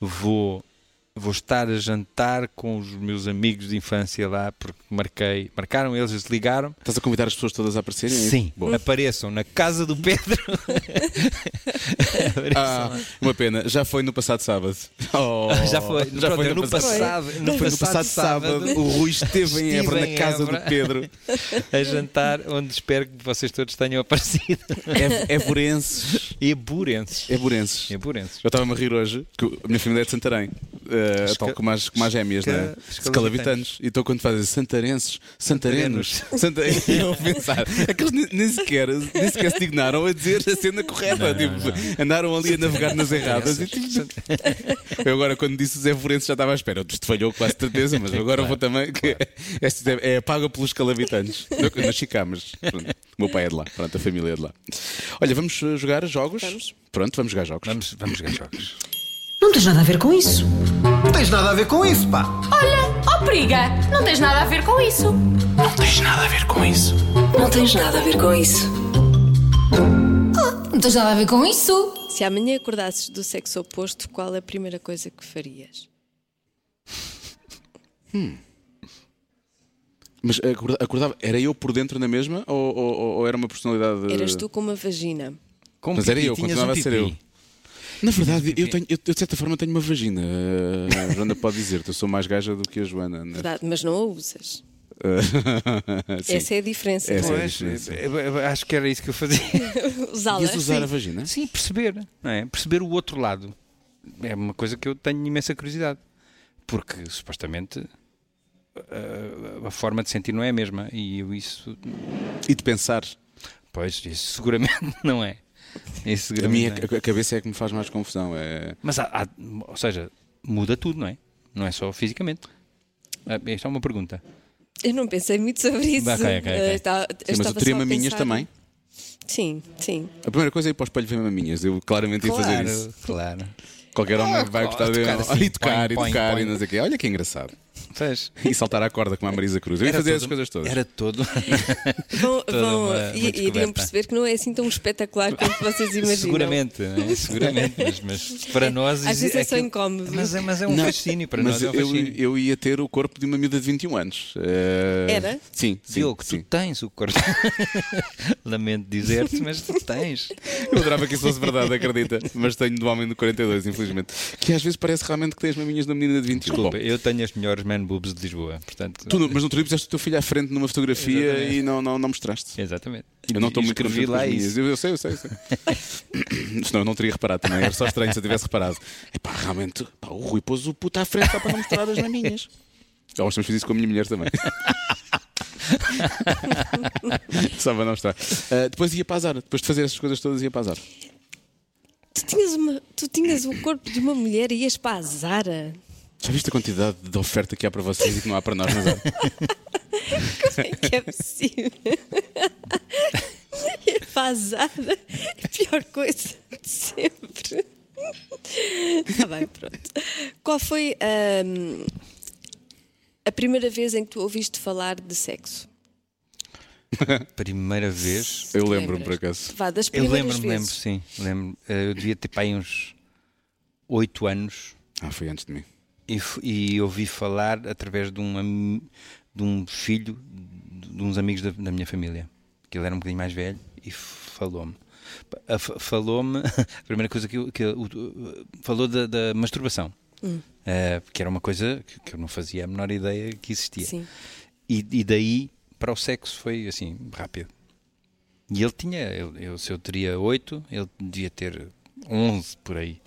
F: vou, vou estar a jantar com os meus amigos de infância lá, porque marquei, marcaram eles, eles ligaram.
C: Estás a convidar as pessoas todas a aparecerem? é isso?
F: Sim,
C: Boa.
F: apareçam na casa do Pedro. Apareçam
C: Ah, uma pena, já foi no passado sábado. Oh,
F: já foi.
C: já
F: Pronto,
C: foi
F: eu
C: no, passado.
F: Foi
C: Não foi no passado sábado, o Rui esteve em
F: Estive
C: Évora,
F: em
C: na casa
F: Évora.
C: do Pedro.
F: a jantar, onde espero que vocês todos tenham aparecido.
C: É Évorenses.
F: Eburenses.
C: Évorenses.
F: É Eburenses.
C: Eu estava-me a rir hoje, que a minha família é de Santarém. Eh, eh,
F: Esca-
C: tal como as, como as gêmeas,
F: esca-
C: né?
F: escalabitanos.
C: Escalabitanos. E então quando fazem santarenses, santarenos, Santa... eu a pensar, aqueles nem, nem sequer, nem sequer se dignaram a dizer a cena correta. tipo, Andaram ali a navegar nas erradas. E, tipo, eu agora, quando disse os Evorenses, já estava à espera. Isto falhou quase certeza, mas agora vou também. Que esta é, é paga pelos escalavitantes. Não chicamos. Pronto. O meu pai é de lá. Pronto, a família é de lá. Olha, vamos eh, jogar jogos? Vamos. Pronto, vamos jogar jogos.
F: Vamos, vamos jogar jogos.
A: Não tens nada a ver com isso.
G: Não tens nada a ver com isso, pá.
H: Olha, ó periga, não tens nada a ver com isso.
A: Não tens nada a ver com isso.
H: Ah, Não tens nada a ver com isso.
B: Se amanhã acordasses do sexo oposto, qual é a primeira coisa que farias?
C: Mas acorda- acordava, era eu por dentro na mesma ou, ou- ou- ou era uma
F: Uh.
C: personalidade.
B: Eras tu com uma vagina.
F: Com
C: Mas era eu,
F: pipi, tinhas
C: continuava
F: um
C: a ser
F: pipi.
C: eu. Na verdade, eu, tenho, eu, eu, de certa forma tenho uma vagina. eh, A Joana pode dizer-te, eu sou mais gaja do que a Joana. né?
B: Verdade, mas não a usas.
F: Uh,
C: Eh, sim.
B: Essa é a diferença.
C: Essa é a
F: Pois,
C: diferença.
F: eu- eu- eu acho que era isso que eu fazia.
B: Usá-la.
C: Ias usar a vagina?
F: Sim, perceber, não é? Perceber o outro lado. É uma coisa que eu tenho imensa curiosidade. Porque, supostamente, eh, a- a, a forma de sentir não é a mesma. E eu isso,
C: E de pensar.
F: pois, isso seguramente não é. Isso
C: A
F: seguramente
C: minha
F: não é.
C: ca- a cabeça é que me faz mais confusão. É...
F: Mas, há, há- ou seja, muda tudo, não é? Não é só fisicamente. Ah, Esta é uma pergunta.
B: Eu não pensei muito sobre isso.
F: Ok, ok, ok.
B: Eh, tá- eu
C: Sim, mas
B: estava
C: o
B: só a
C: teria maminhas
B: pensar-
C: também.
B: Sim, sim.
C: A primeira coisa é ir para o espelho ver maminhas. Eu claramente ia fazer isso.
F: claro.
C: Qualquer homem vai gostar de.
F: tocar assim,
C: e tocar, e
F: põe, põe,
C: tocar, e
F: põe.
C: não sei o quê. Olha que engraçado.
F: Fez.
C: E saltar à corda com a Marisa Cruz. Eu ia fazer
F: todo-
C: essas coisas todas.
F: Era todo.
B: Vão,
F: Toda
B: vão-
F: uma-
B: i-
F: uma
B: iriam
F: descoberta.
B: perceber que não é assim tão espetacular quanto vocês imaginam.
F: Seguramente, né? seguramente, mas, mas para nós.
B: Às vezes é só
F: aquilo-
B: incómodo.
F: Mas é, mas é um
C: Não,
F: fascínio para
C: mas
F: nós. É um
C: eu,
F: fascínio.
C: eu ia ter o corpo de uma miúda de 21 anos. Eh,
B: Era?
C: Sim, sim.
F: Diogo,
C: sim.
F: tu tens o corpo. Lamento dizer-te, mas tu tens.
C: Eu adorava que isso fosse verdade, acredita. Mas tenho do homem de 42, infelizmente. Que às vezes parece realmente que tens maminhas da menina de 21.
F: Desculpa,
C: Bom,
F: eu tenho as melhores man boobs de Lisboa, portanto.
C: tu, não- mas no outro dia puseste o teu filho à frente numa fotografia e não, não, não mostraste.
F: Exatamente.
C: Eu não estou
F: E
C: muito confiante
F: escrevi
C: com
F: lá
C: as minhas.
F: isso.
C: Eu, eu sei, eu sei, eu sei. Senão eu não teria reparado também. Era só estranho se eu tivesse reparado. Epá, realmente, pá, o Rui pôs o puto à frente só para não mostrar as maminhas. Já hoje temos feito isso com a minha mulher também. só para não mostrar. Ah, depois ia para a Zara. Depois de fazer essas coisas todas, ia para a Zara.
B: Tu tinhas, uma- tu tinhas o corpo de uma mulher e ias para a Zara.
C: Já viste a quantidade de oferta que há para vocês e que não há para nós na Zara?
B: que é possível. Ir para a Zara é a pior coisa de sempre. Está bem, pronto. Qual foi hum, a primeira vez em que tu ouviste falar de sexo?
F: Primeira vez.
C: Eu lembro-me, por
B: Lembras?
C: acaso.
B: Vá, das
F: Eu
B: primeiras
F: lembro-me, lembro,
B: vezes.
F: sim. Lembro. Eu devia ter pai uns 8 anos
C: Ah, foi antes de mim.
F: e, f- e ouvi falar através de um, am- de um filho de uns amigos da, da minha família, que ele era um bocadinho mais velho, e f- falou-me. Pa- a fa- Falou-me, a primeira coisa que, eu- que eu- o- falou da, da masturbação, Eh, que era uma coisa que, que eu não fazia a menor ideia que existia.
B: Sim.
F: E, e daí para o sexo foi assim, rápido. E ele tinha, eu, eu- se eu teria 8, ele devia ter 11 por aí.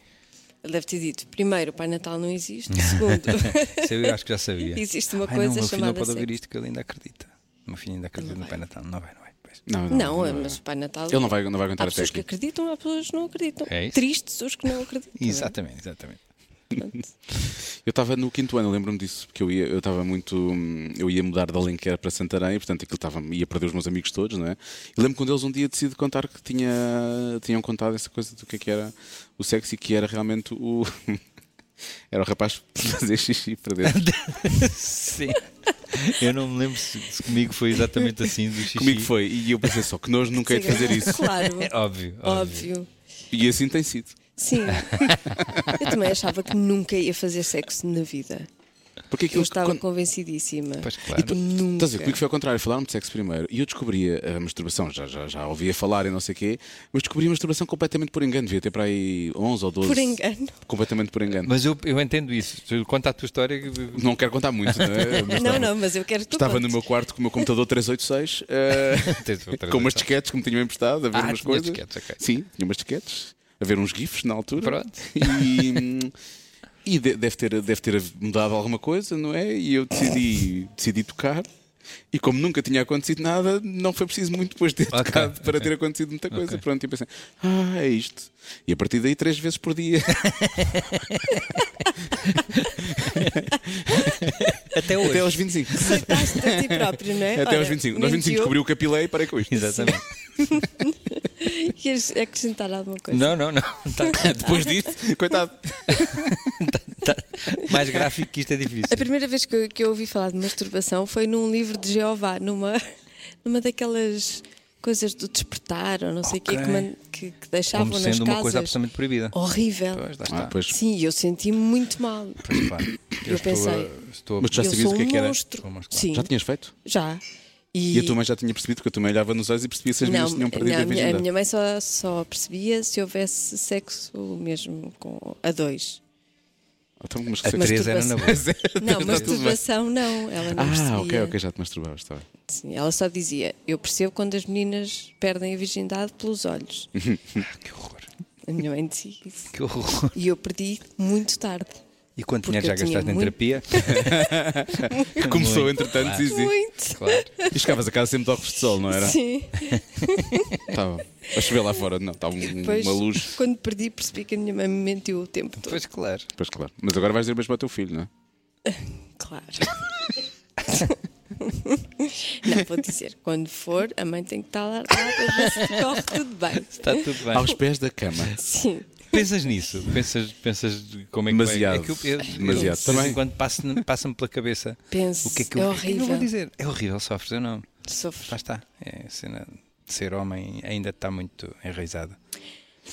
B: Ele deve ter dito: primeiro, o Pai Natal não existe. Segundo,
F: Isso eu acho que já sabia.
B: Existe uma
F: Ai,
B: coisa
F: não, meu filho não
B: chamada
F: pode ouvir
B: sexo.
F: isto que ele ainda acredita. O meu filho ainda acredita no Pai Natal. Não vai, não vai. Pois.
C: Não,
B: não, é,
C: vai.
B: mas o Pai Natal.
C: Ele não vai, não vai
B: Há
C: aguentar até
B: pessoas que
C: aqui.
B: acreditam, há pessoas que não acreditam.
F: É isso.
B: Tristes os que não acreditam. não é?
F: Exatamente, exatamente.
C: Eu estava no quinto ano, eu lembro-me disso, porque eu ia, eu estava muito. hum, Eu ia mudar de Alenquer para Santarém, e, portanto aquilo estava, ia perder os meus amigos todos, não é? E lembro quando eles um dia decidi contar que tinha, tinham contado essa coisa do que é que era o sexo e que era realmente o. Era o rapaz fazer xixi para dentro.
F: Sim. Eu não me lembro se, se comigo foi exatamente assim do xixi.
C: Comigo foi, e eu pensei só que nós nunca hei de fazer isso.
B: Claro,
F: É óbvio, óbvio.
B: óbvio.
C: E assim tem sido.
B: Sim. Eu também achava que nunca ia fazer sexo na vida.
C: Porque
B: Eu
C: aquilo que
B: estava
C: quando-
B: convencidíssima.
F: Pois claro.
B: Tipo, nunca.
C: Estás a ver, comigo foi ao contrário, falaram-me de sexo primeiro e eu descobri a masturbação, já, já, já ouvia falar e não sei o quê, mas descobri a masturbação completamente por engano, devia ter para aí 11 ou 12.
B: Por engano.
C: Completamente por engano.
F: Mas eu, eu entendo isso. Tu Conta a tua história. que-
C: Não quero contar muito, não é? Mas
B: Não,
C: estava-
B: não, mas eu quero que tu
C: Estava no
B: contes.
C: meu quarto com o meu computador 386, eh,
F: Tens outra
C: com umas
F: vez.
C: disquetes que me tinham emprestado, a ver
F: Ah,
C: umas
F: tinhas
C: coisas.
F: disquetes, ok.
C: Sim, tinha umas disquetes, a ver uns GIFs na altura.
F: Pronto.
C: E. hum, E de- deve, ter, deve ter mudado alguma coisa, não é? E eu decidi, decidi tocar. E como nunca tinha acontecido nada, não foi preciso muito depois de ter
F: Ok.
C: tocado para ter acontecido muita coisa. Pronto, e pensei, ah, é isto. E a partir daí, três vezes por dia.
F: Até hoje.
C: Até aos 25.
B: Aceitaste a ti próprio, não é?
C: Até
B: Olha,
C: aos 25. Nós 25
B: mentiu.
C: descobri o capilei e parei com isto.
F: Exatamente.
B: Queres acrescentar alguma coisa?
F: Não, não, não. Tá-
C: Depois disto, coitado.
F: tá- mais gráfico que isto é difícil.
B: A primeira vez que eu, que eu ouvi falar de masturbação foi num livro de Jeová, numa, numa daquelas coisas do despertar ou não sei o quê, que,
F: Ok.
B: man- que, que deixavam
F: Como
B: nas
F: sendo uma coisa
B: casas.
F: absolutamente proibida.
B: Horrível.
F: Pois,
C: Ah,
F: lá está.
C: pois.
B: Sim, eu senti muito mal.
F: Pois, pá.
B: Eu pensei,
F: estou a-
C: Mas tu já
B: eu
C: sabias
B: sou
C: o
B: um
C: que é que era?
B: monstro.
F: Vamos lá.
B: Sim,
C: Já tinhas feito?
B: já.
C: E a tua mãe já tinha percebido que eu também olhava nos olhos e percebia se as
B: não, eh,
C: meninas tinham perdido
B: não,
C: a
B: a minha, a
C: virgindade.
B: minha mãe só, só percebia se houvesse sexo mesmo com, a dois.
C: Então, mas que
F: A
C: se-
F: Teresa era na boa.
B: Não,
C: tudo bem.
B: masturbação não. Ela não percebia.
C: Ah, ok, ok, já te masturbavas, está bem.
B: Sim, ela só dizia: Eu percebo quando as meninas perdem a virgindade pelos olhos.
F: Que horror.
B: A minha mãe dizia isso.
F: Que horror.
B: E eu perdi muito tarde.
F: E quanto
B: Porque
F: dinheiro já
B: eu tinha
F: gastaste em
B: muito-
F: terapia?
C: Começou, entretanto, sim, sim.
B: Muito!
F: Claro.
C: E chegavas a casa sempre de óculos de sol, não era? Tá
B: Sim,
C: Estava a chover lá fora, não, estava um-
B: depois,
C: uma luz. Então
B: quando perdi, percebi que a minha mãe me mentiu o tempo todo.
F: Pois claro.
C: Pois claro. Mas agora vais dizer mesmo ao teu filho, não é?
B: Claro. não, vou dizer: quando for, a mãe tem que estar lá, lá para ver se corre tudo bem.
F: Está Tá tudo bem.
C: Aos pés da cama.
B: Sim,
F: Pensas nisso? Pensas, pensas de como é que
C: Demasiado.
F: vai? É que eu, eu,
C: Demasiado.
F: Eu, de vez
C: Também.
F: em quando passa- passa-me pela cabeça
B: penso.
F: o que é que eu,
B: é
F: o que é que eu
B: horrível.
F: vou dizer. É horrível, sofres, eu não.
B: Sofro.
F: Lá está. É a cena de ser homem ainda está muito enraizada.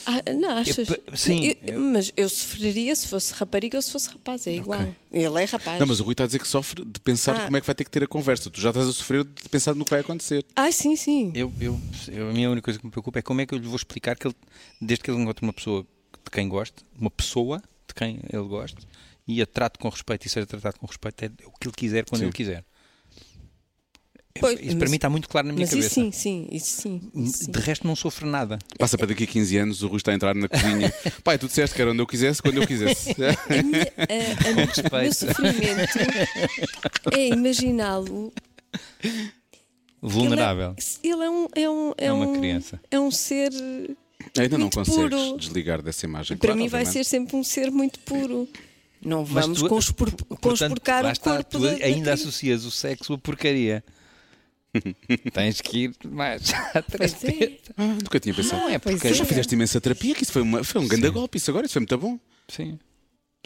B: Ah, não, achas?
F: pe- sim,
B: Eu-
F: eu-
B: Mas eu sofreria se fosse rapariga ou se fosse rapaz, é igual. Ele é rapaz.
C: Não, mas o Rui está a dizer que sofre de pensar
B: Ah.
C: como é que vai ter que ter a conversa. Tu já estás a sofrer de pensar no que vai acontecer.
B: Ah, sim, sim.
F: Eu, eu, eu- a minha única coisa que me preocupa é como é que eu lhe vou explicar que ele, desde que ele encontre uma pessoa de quem gosta, uma pessoa de quem ele gosta, e a trate com respeito e seja tratado com respeito, é o que ele quiser quando
C: Sim.
F: ele quiser.
B: Pois,
F: Isso para
B: mas-
F: mim está muito claro na minha
B: Mas
F: cabeça. Hum,
B: isso sim, sim, isso sim. isso sim.
F: De resto, não sofro nada.
C: Passa para daqui a 15 anos, o Rui está a entrar na cozinha. Pai, tu disseste que era onde eu quisesse, quando eu quisesse.
B: A minha- a- a- o meu
F: respeito.
B: sofrimento é imaginá-lo.
F: Vulnerável.
B: Ele é, ele é um. É, um, é
F: É uma
B: um-
F: criança.
B: É um ser. Para
C: Ainda não
B: Muito
C: consegues
B: puro.
C: desligar dessa imagem.
B: mim vai
C: obviamente.
B: ser sempre um ser muito puro. Não vamos
F: tu-
B: conspor,
F: portanto,
B: conspurcar
F: lá
B: o
F: está,
B: corpo
F: tu
B: da, da
F: ainda
B: criança.
F: associas o sexo a porcaria. Tens que ir mais atrás.
B: Pois é.
C: Ah, nunca tinha pensado.
F: Não é
B: Pois
C: Tu
F: porcaria.
C: já fizeste imensa terapia, que isso foi, uma, foi um grande golpe. Isso agora, isso foi muito bom.
F: Sim.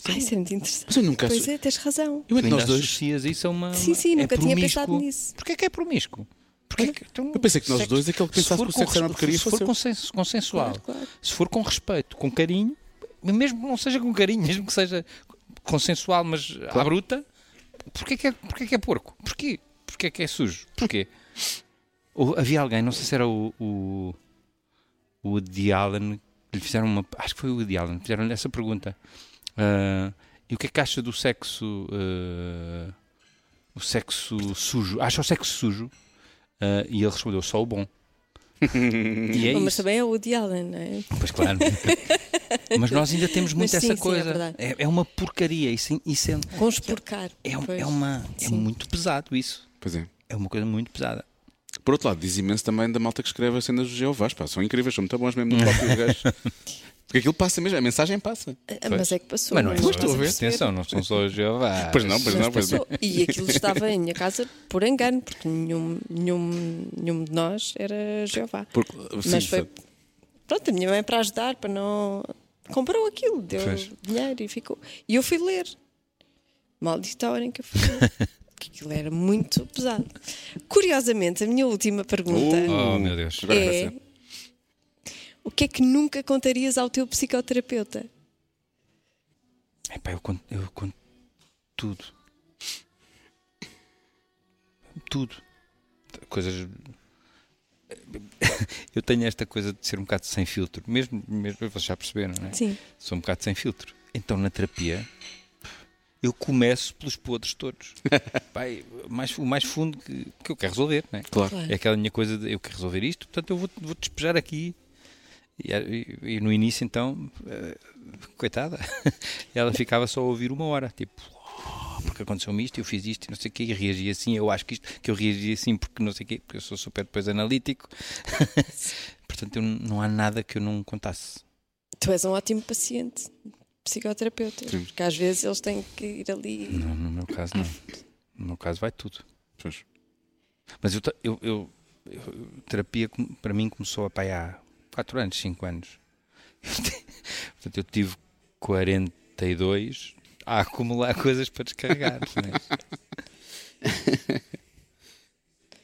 B: Ai, isso é muito interessante.
C: Mas eu nunca.
B: Pois é, tens razão.
C: Eu
F: Tu
C: entre
F: ainda
C: nós dois.
F: associas isso a uma.
B: Sim, sim,
F: é
B: nunca tinha
F: promíscuo.
B: pensado nisso.
F: Porquê que é promíscuo? Porquê que, então,
C: Eu pensei que nós dois, aquele que
F: se
C: pensasse
F: for
C: que o
F: com
C: sexo era uma
F: res-
C: porcaria,
F: Se for
C: fosse eu.
F: consenso, consensual,
B: Claro, claro.
F: se for com respeito, com carinho, mesmo que não seja com carinho, mesmo que seja consensual, mas à bruta, porquê que é, porquê que é porco? Porquê? Porquê que é sujo? Porquê? Ou havia alguém, não sei se era o, o, o Woody Allen, que lhe fizeram uma. Acho que foi o Woody Allen, fizeram-lhe essa pergunta. Ah, e o que é que acha do sexo. ah, o sexo sujo? Acha o sexo sujo? Ah, e ele respondeu: só o bom. e é
B: Bom, mas
F: isso.
B: também é o Woody Allen, não é?
F: Pois claro. mas nós ainda temos
B: Mas
F: muito
B: sim,
F: essa
B: sim, é
F: coisa.
B: verdade.
F: É, é uma porcaria. Isso, isso é,
B: Conspurcar.
F: é, um-
B: pois.
F: é uma, é
B: Sim.
F: muito pesado isso.
C: Pois é.
F: É uma coisa muito pesada.
C: Por outro lado, diz imenso também da malta que escreve as cenas do Jeovás. Pá, são incríveis, são muito bons mesmo no próprio gajo. Porque aquilo passa mesmo, a mensagem passa.
B: Ah, Mas é que passou.
F: Mas não é
B: não
F: só.
B: estás a perceber.
F: Atenção, não são só Jeová.
C: Pois não, pois
B: Mas
C: não, pois não.
B: passou.
F: é.
B: E aquilo estava em minha casa por engano, porque nenhum, nenhum, nenhum de nós era Jeová.
C: Porque, sim,
B: Mas foi. Pronto, a minha mãe é para ajudar, para não. Comprou aquilo, deu
C: Pois.
B: dinheiro e ficou. E eu fui ler. Maldita hora em que eu fui ler. Porque aquilo era muito pesado. Curiosamente, a minha última pergunta
F: Oh, meu Deus.
C: Uh, Agora vai
B: é.
C: ser.
B: O que é que nunca contarias ao teu psicoterapeuta?
F: Epá, eu conto, eu conto tudo. Tudo. Coisas. Eu tenho esta coisa de ser um bocado sem filtro. Mesmo, mesmo vocês já perceberam, não é?
B: Sim.
F: Sou um bocado sem filtro. Então na terapia. Eu começo pelos podres todos. Pai, mais, o mais fundo que, que eu quero resolver, não é?
C: Claro.
B: Claro.
F: É aquela minha coisa de eu quero resolver isto, portanto eu vou, vou despejar aqui E, era- e- e no início, então, eh, coitada, ela ficava só a ouvir uma hora, tipo, "Oh, porque aconteceu-me isto, eu fiz isto, e não sei o quê, e reagi assim, eu acho que isto, que eu reagi assim, porque não sei o quê, porque eu sou super depois analítico. Portanto, eu, n- não há nada que eu não contasse.
B: Tu és um ótimo paciente, psicoterapeuta, porque às vezes eles têm que ir ali.
F: Não, no meu caso, não. No meu caso, vai tudo.
C: Pois.
F: Mas eu, te- eu, eu- eu- terapia com- para mim começou a pá, há 4 anos, 5 anos. Portanto, eu tive 42 a acumular coisas para descarregar. né?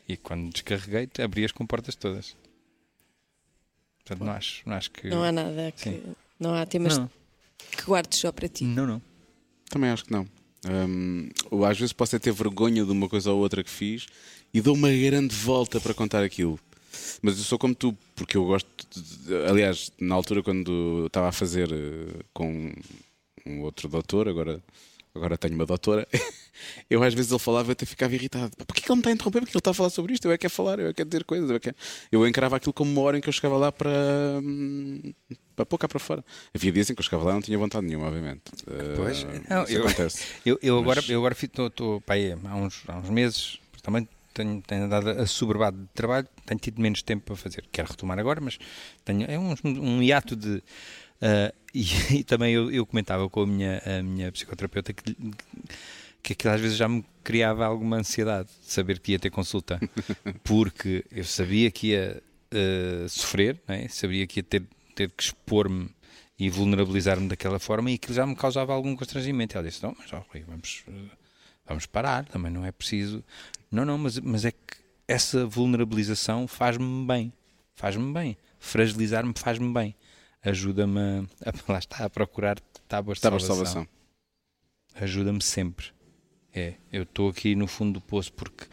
F: e quando descarreguei, te abri as comportas todas. Portanto, não acho, não acho que.
B: Não há nada que.
F: Sim.
B: Não há temas
F: Não.
B: que guardes só para ti.
F: não, não.
C: Também acho que não. Hum, ou às vezes posso é ter vergonha de uma coisa ou outra que fiz e dou uma grande volta para contar aquilo. Mas eu sou como tu, porque eu gosto. de- aliás, na altura, quando estava a fazer eh, com um outro doutor, agora, agora tenho uma doutora, eu às vezes ele falava e até ficava irritado. Pá, Porquê que ele me está a interromper? Porque ele está a falar sobre isto? Eu é que quero falar, eu é que quero dizer coisas. Eu, é que... eu encarava aquilo como uma hora em que eu chegava lá para. hum, para pôr cá para fora. Havia dias em que eu chegava lá e não tinha vontade nenhuma, obviamente. Eh,
F: Pois. Não,
C: isso
F: eu-
C: acontece.
F: Eu, eu agora, eu agora estou é, há, uns, há uns meses, porque também tenho, tenho andado a soberbado de trabalho, tenho tido menos tempo para fazer. Quero retomar agora, mas tenho, é um, um hiato de. ah, e, e também eu, eu comentava com a minha, a minha psicoterapeuta que, que aquilo às vezes já me criava alguma ansiedade de saber que ia ter consulta, porque eu sabia que ia ah, sofrer, não é? sabia que ia ter, ter que expor-me e vulnerabilizar-me daquela forma e aquilo já me causava algum constrangimento. Ela disse: Não, mas ó, Rui, vamos, eh, vamos parar, também não é preciso. Não, não, mas, mas é que essa vulnerabilização faz-me bem, faz-me bem. Fragilizar-me faz-me bem, ajuda-me a, a- lá está, a procurar tábuas de
C: Estava a
F: salvação
C: salvação.
F: ajuda-me sempre. É, eu estou aqui no fundo do poço porque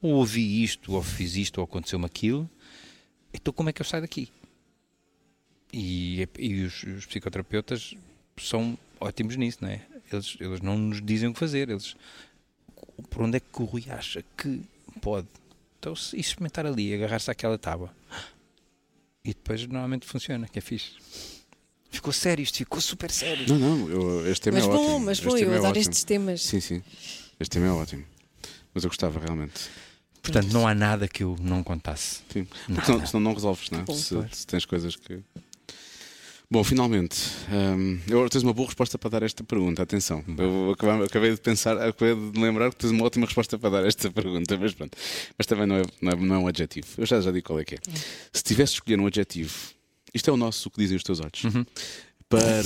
F: ou ouvi isto, ou fiz isto, ou aconteceu-me aquilo, então como é que eu saio daqui? E, e os, os psicoterapeutas são ótimos nisso, não é? Eles, eles não nos dizem o que fazer, eles por onde é que o Rui acha que pode? Então se experimentar ali, agarrar-se àquela tábua. E depois normalmente funciona, que é fixe. Ficou sério isto, ficou super sério.
C: Não, não, eu- este tema
B: Mas
C: é
B: bom,
C: ótimo.
B: mas
C: Este
B: bom,
C: tema
B: eu
C: é
B: adoro
C: ótimo.
B: estes temas.
C: Sim, sim. Este tema é ótimo. Mas eu gostava realmente.
F: Portanto, não há nada que eu não contasse.
C: Sim. Porque senão, senão não resolves, não é? Se, se tens coisas que. Bom, finalmente, hum, eu agora tens uma boa resposta para dar esta pergunta. Atenção, eu acabei, acabei de pensar, acabei de lembrar que tens uma ótima resposta para dar esta pergunta, mas pronto. Mas também não é, não é, não é um adjetivo. Eu já, já digo qual é que é. Se tivesse de escolher um adjetivo, isto é o nosso, o que dizem os teus olhos,
B: Uhum.
C: para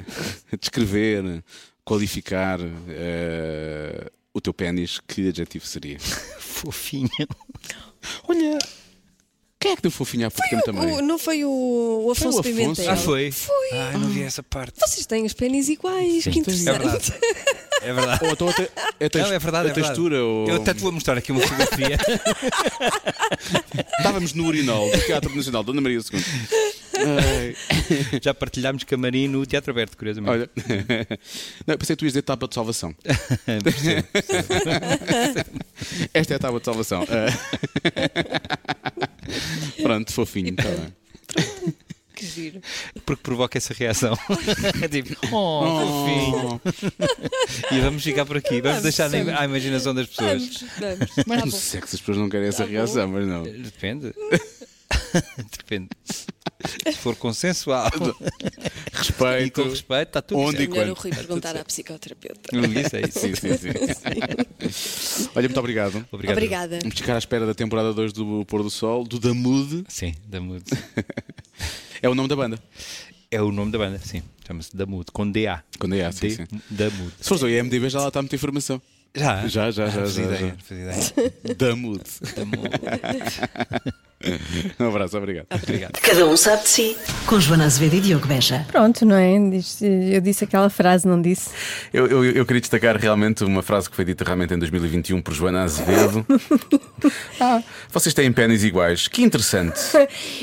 C: descrever, qualificar eh, o teu pênis, que adjetivo seria?
F: Fofinho.
C: Olha, quem é que deu fofinho há pouco tempo também?
B: O- não foi o, o
C: Foi o
B: Afonso
C: Afonso.
B: Pimentel.
C: Ah,
F: foi? Ai, não vi essa parte.
B: Vocês têm os pênis iguais, que
F: É verdade.
B: interessante.
F: É verdade.
C: Ou então a, te- a tex-
F: Não, é verdade,
C: a
F: é verdade.
C: textura. Ou...
F: Eu até te vou mostrar aqui uma fotografia.
C: Estávamos no urinal do Teatro Nacional, Dona Maria II. Ai,
F: Já partilhámos camarim no Teatro Aberto, curiosamente.
C: olha. Não, pensei que tu ias dizer tábua de salvação.
F: Percebo.
C: Esta é a tábua de salvação. Ah. Pronto, fofinho, está bem.
B: Que giro.
F: Porque provoca essa reação. É tipo, oh, fofinho. E vamos chegar por aqui.
B: Ah,
F: Vamos deixar na- à imaginação das pessoas.
B: Vamos, vamos.
C: Mas
B: Tá
C: no
B: bom.
C: sexo as pessoas não querem essa reação, mas não.
F: Depende. Depende. Se for consensual e
C: Respeito.
F: com respeito, está tudo
C: Onde e
F: certo.
B: Melhor o
C: quando?
B: Rui perguntar à psicoterapeuta.
F: Isso é isso.
C: Sim, sim, sim. Olha, muito obrigado.
F: Obrigado.
B: Obrigada.
C: Vamos ficar à espera da temporada 2 do Pôr do Sol, do Damude.
F: Sim, um- da Mood.
C: É o nome da banda.
F: É o nome da banda, sim. Chama-se Da Mood, com DA.
C: Com DA, sim, é assim, sim.
F: Da Mood.
C: Se fores ao IMDB, já lá está muita informação.
F: Já?
C: Já, já, já,
F: Não Ah, fazia
C: já,
F: ideia,
C: já.
F: não fazia ideia.
C: Damude.
F: Da Mood.
C: Um abraço, obrigado.
F: Obrigado.
A: Cada um sabe de si. Com Joana Azevedo e Diogo Beja.
I: Pronto, não é? Diz- Eu disse aquela frase, não disse?
J: Eu, eu, eu queria destacar realmente uma frase que foi dita realmente em 2021 por Joana Azevedo. Ah, vocês têm pênis iguais. Que interessante.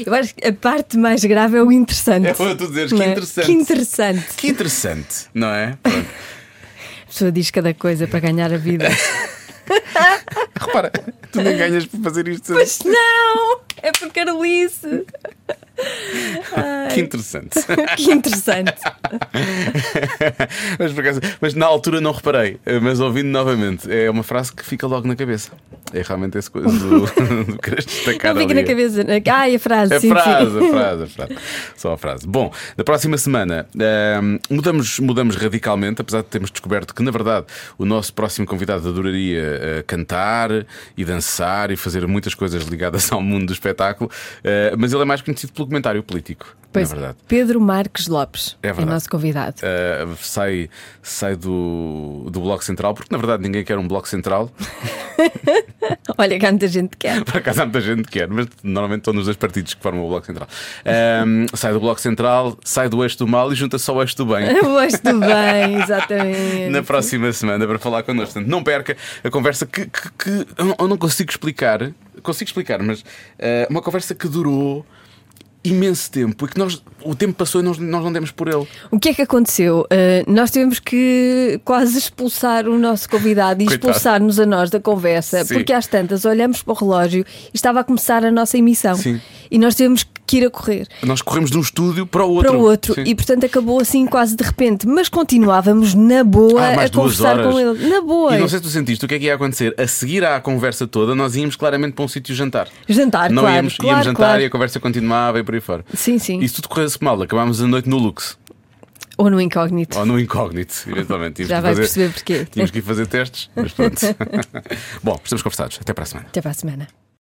I: Eu acho que a parte mais grave é o interessante.
J: É o que eu estou a dizer, que
I: Não é?
J: interessante.
I: Que interessante.
J: Que interessante, não é? Pronto.
I: A pessoa diz cada coisa para ganhar a vida.
J: Repara, tu nem ganhas por fazer isto.
I: Mas não! É por Carolice!
C: Que interessante.
B: que interessante.
C: mas, por acaso- mas na altura não reparei, eh, mas ouvindo novamente, é uma frase que fica logo na cabeça. É realmente essa coisa do, do querer destacar
B: Não fica
C: ali.
B: na cabeça. Ai, a frase.
C: A
B: sim,
C: É frase,
B: sim.
C: a frase, a frase. Só a frase. Bom, na próxima semana ehm, mudamos, mudamos radicalmente, apesar de termos descoberto que, na verdade, o nosso próximo convidado adoraria eh, cantar e dançar e fazer muitas coisas ligadas ao mundo do espetáculo, eh, mas ele é mais conhecido pelo comentário político,
B: Pois,
C: na É verdade.
B: Pedro Marques Lopes
C: É
B: é,
C: verdade.
B: o nosso convidado.
C: Uh, sai sai do, do Bloco Central, porque na verdade ninguém quer um Bloco Central. É.
B: Olha, que há muita gente que quer.
C: Por acaso há muita gente que quer, mas normalmente estão nos dois partidos que formam o Bloco Central. Um, sai do Bloco Central, sai do eixo do mal e junta-se ao eixo do bem.
B: Hoje tu bem, exatamente.
C: Na próxima semana para falar connosco. Portanto, não perca a conversa que, que- que eu não- eu não consigo explicar. Consigo explicar, mas uh, uma conversa que durou imenso tempo e que nós o tempo passou e nós, nós não demos por ele.
B: O que é que aconteceu? Uh, nós tivemos que quase expulsar o nosso convidado e
C: Coitado.
B: expulsar-nos a nós da conversa,
C: Sim.
B: porque às tantas olhamos para o relógio e estava a começar a nossa emissão.
C: Sim.
B: E nós tivemos que ir a correr
C: Nós corremos de um estúdio para o outro.
B: para o outro
C: Sim.
B: e, portanto, acabou assim quase de repente, mas continuávamos na boa
C: Ah, mais
B: a
C: duas
B: conversar
C: horas.
B: com ele. Na boa.
C: E não sei se tu sentiste o que é que ia acontecer. A seguir à conversa toda, nós íamos claramente para um sítio jantar.
B: Jantar,
C: não
B: claro,
C: íamos,
B: claro,
C: íamos jantar
B: claro.
C: e a conversa continuava e por aí fora.
B: Sim, sim.
C: E se tudo corresse mal, acabámos a noite no Lux
B: Ou no incógnito.
C: ou no Incógnito, eventualmente. Tínhamos
B: Já
C: que
B: vai
C: fazer-
B: perceber porquê.
C: Tínhamos que ir fazer testes, mas pronto. Bom, estamos conversados. Até para a semana.
B: Até para a semana.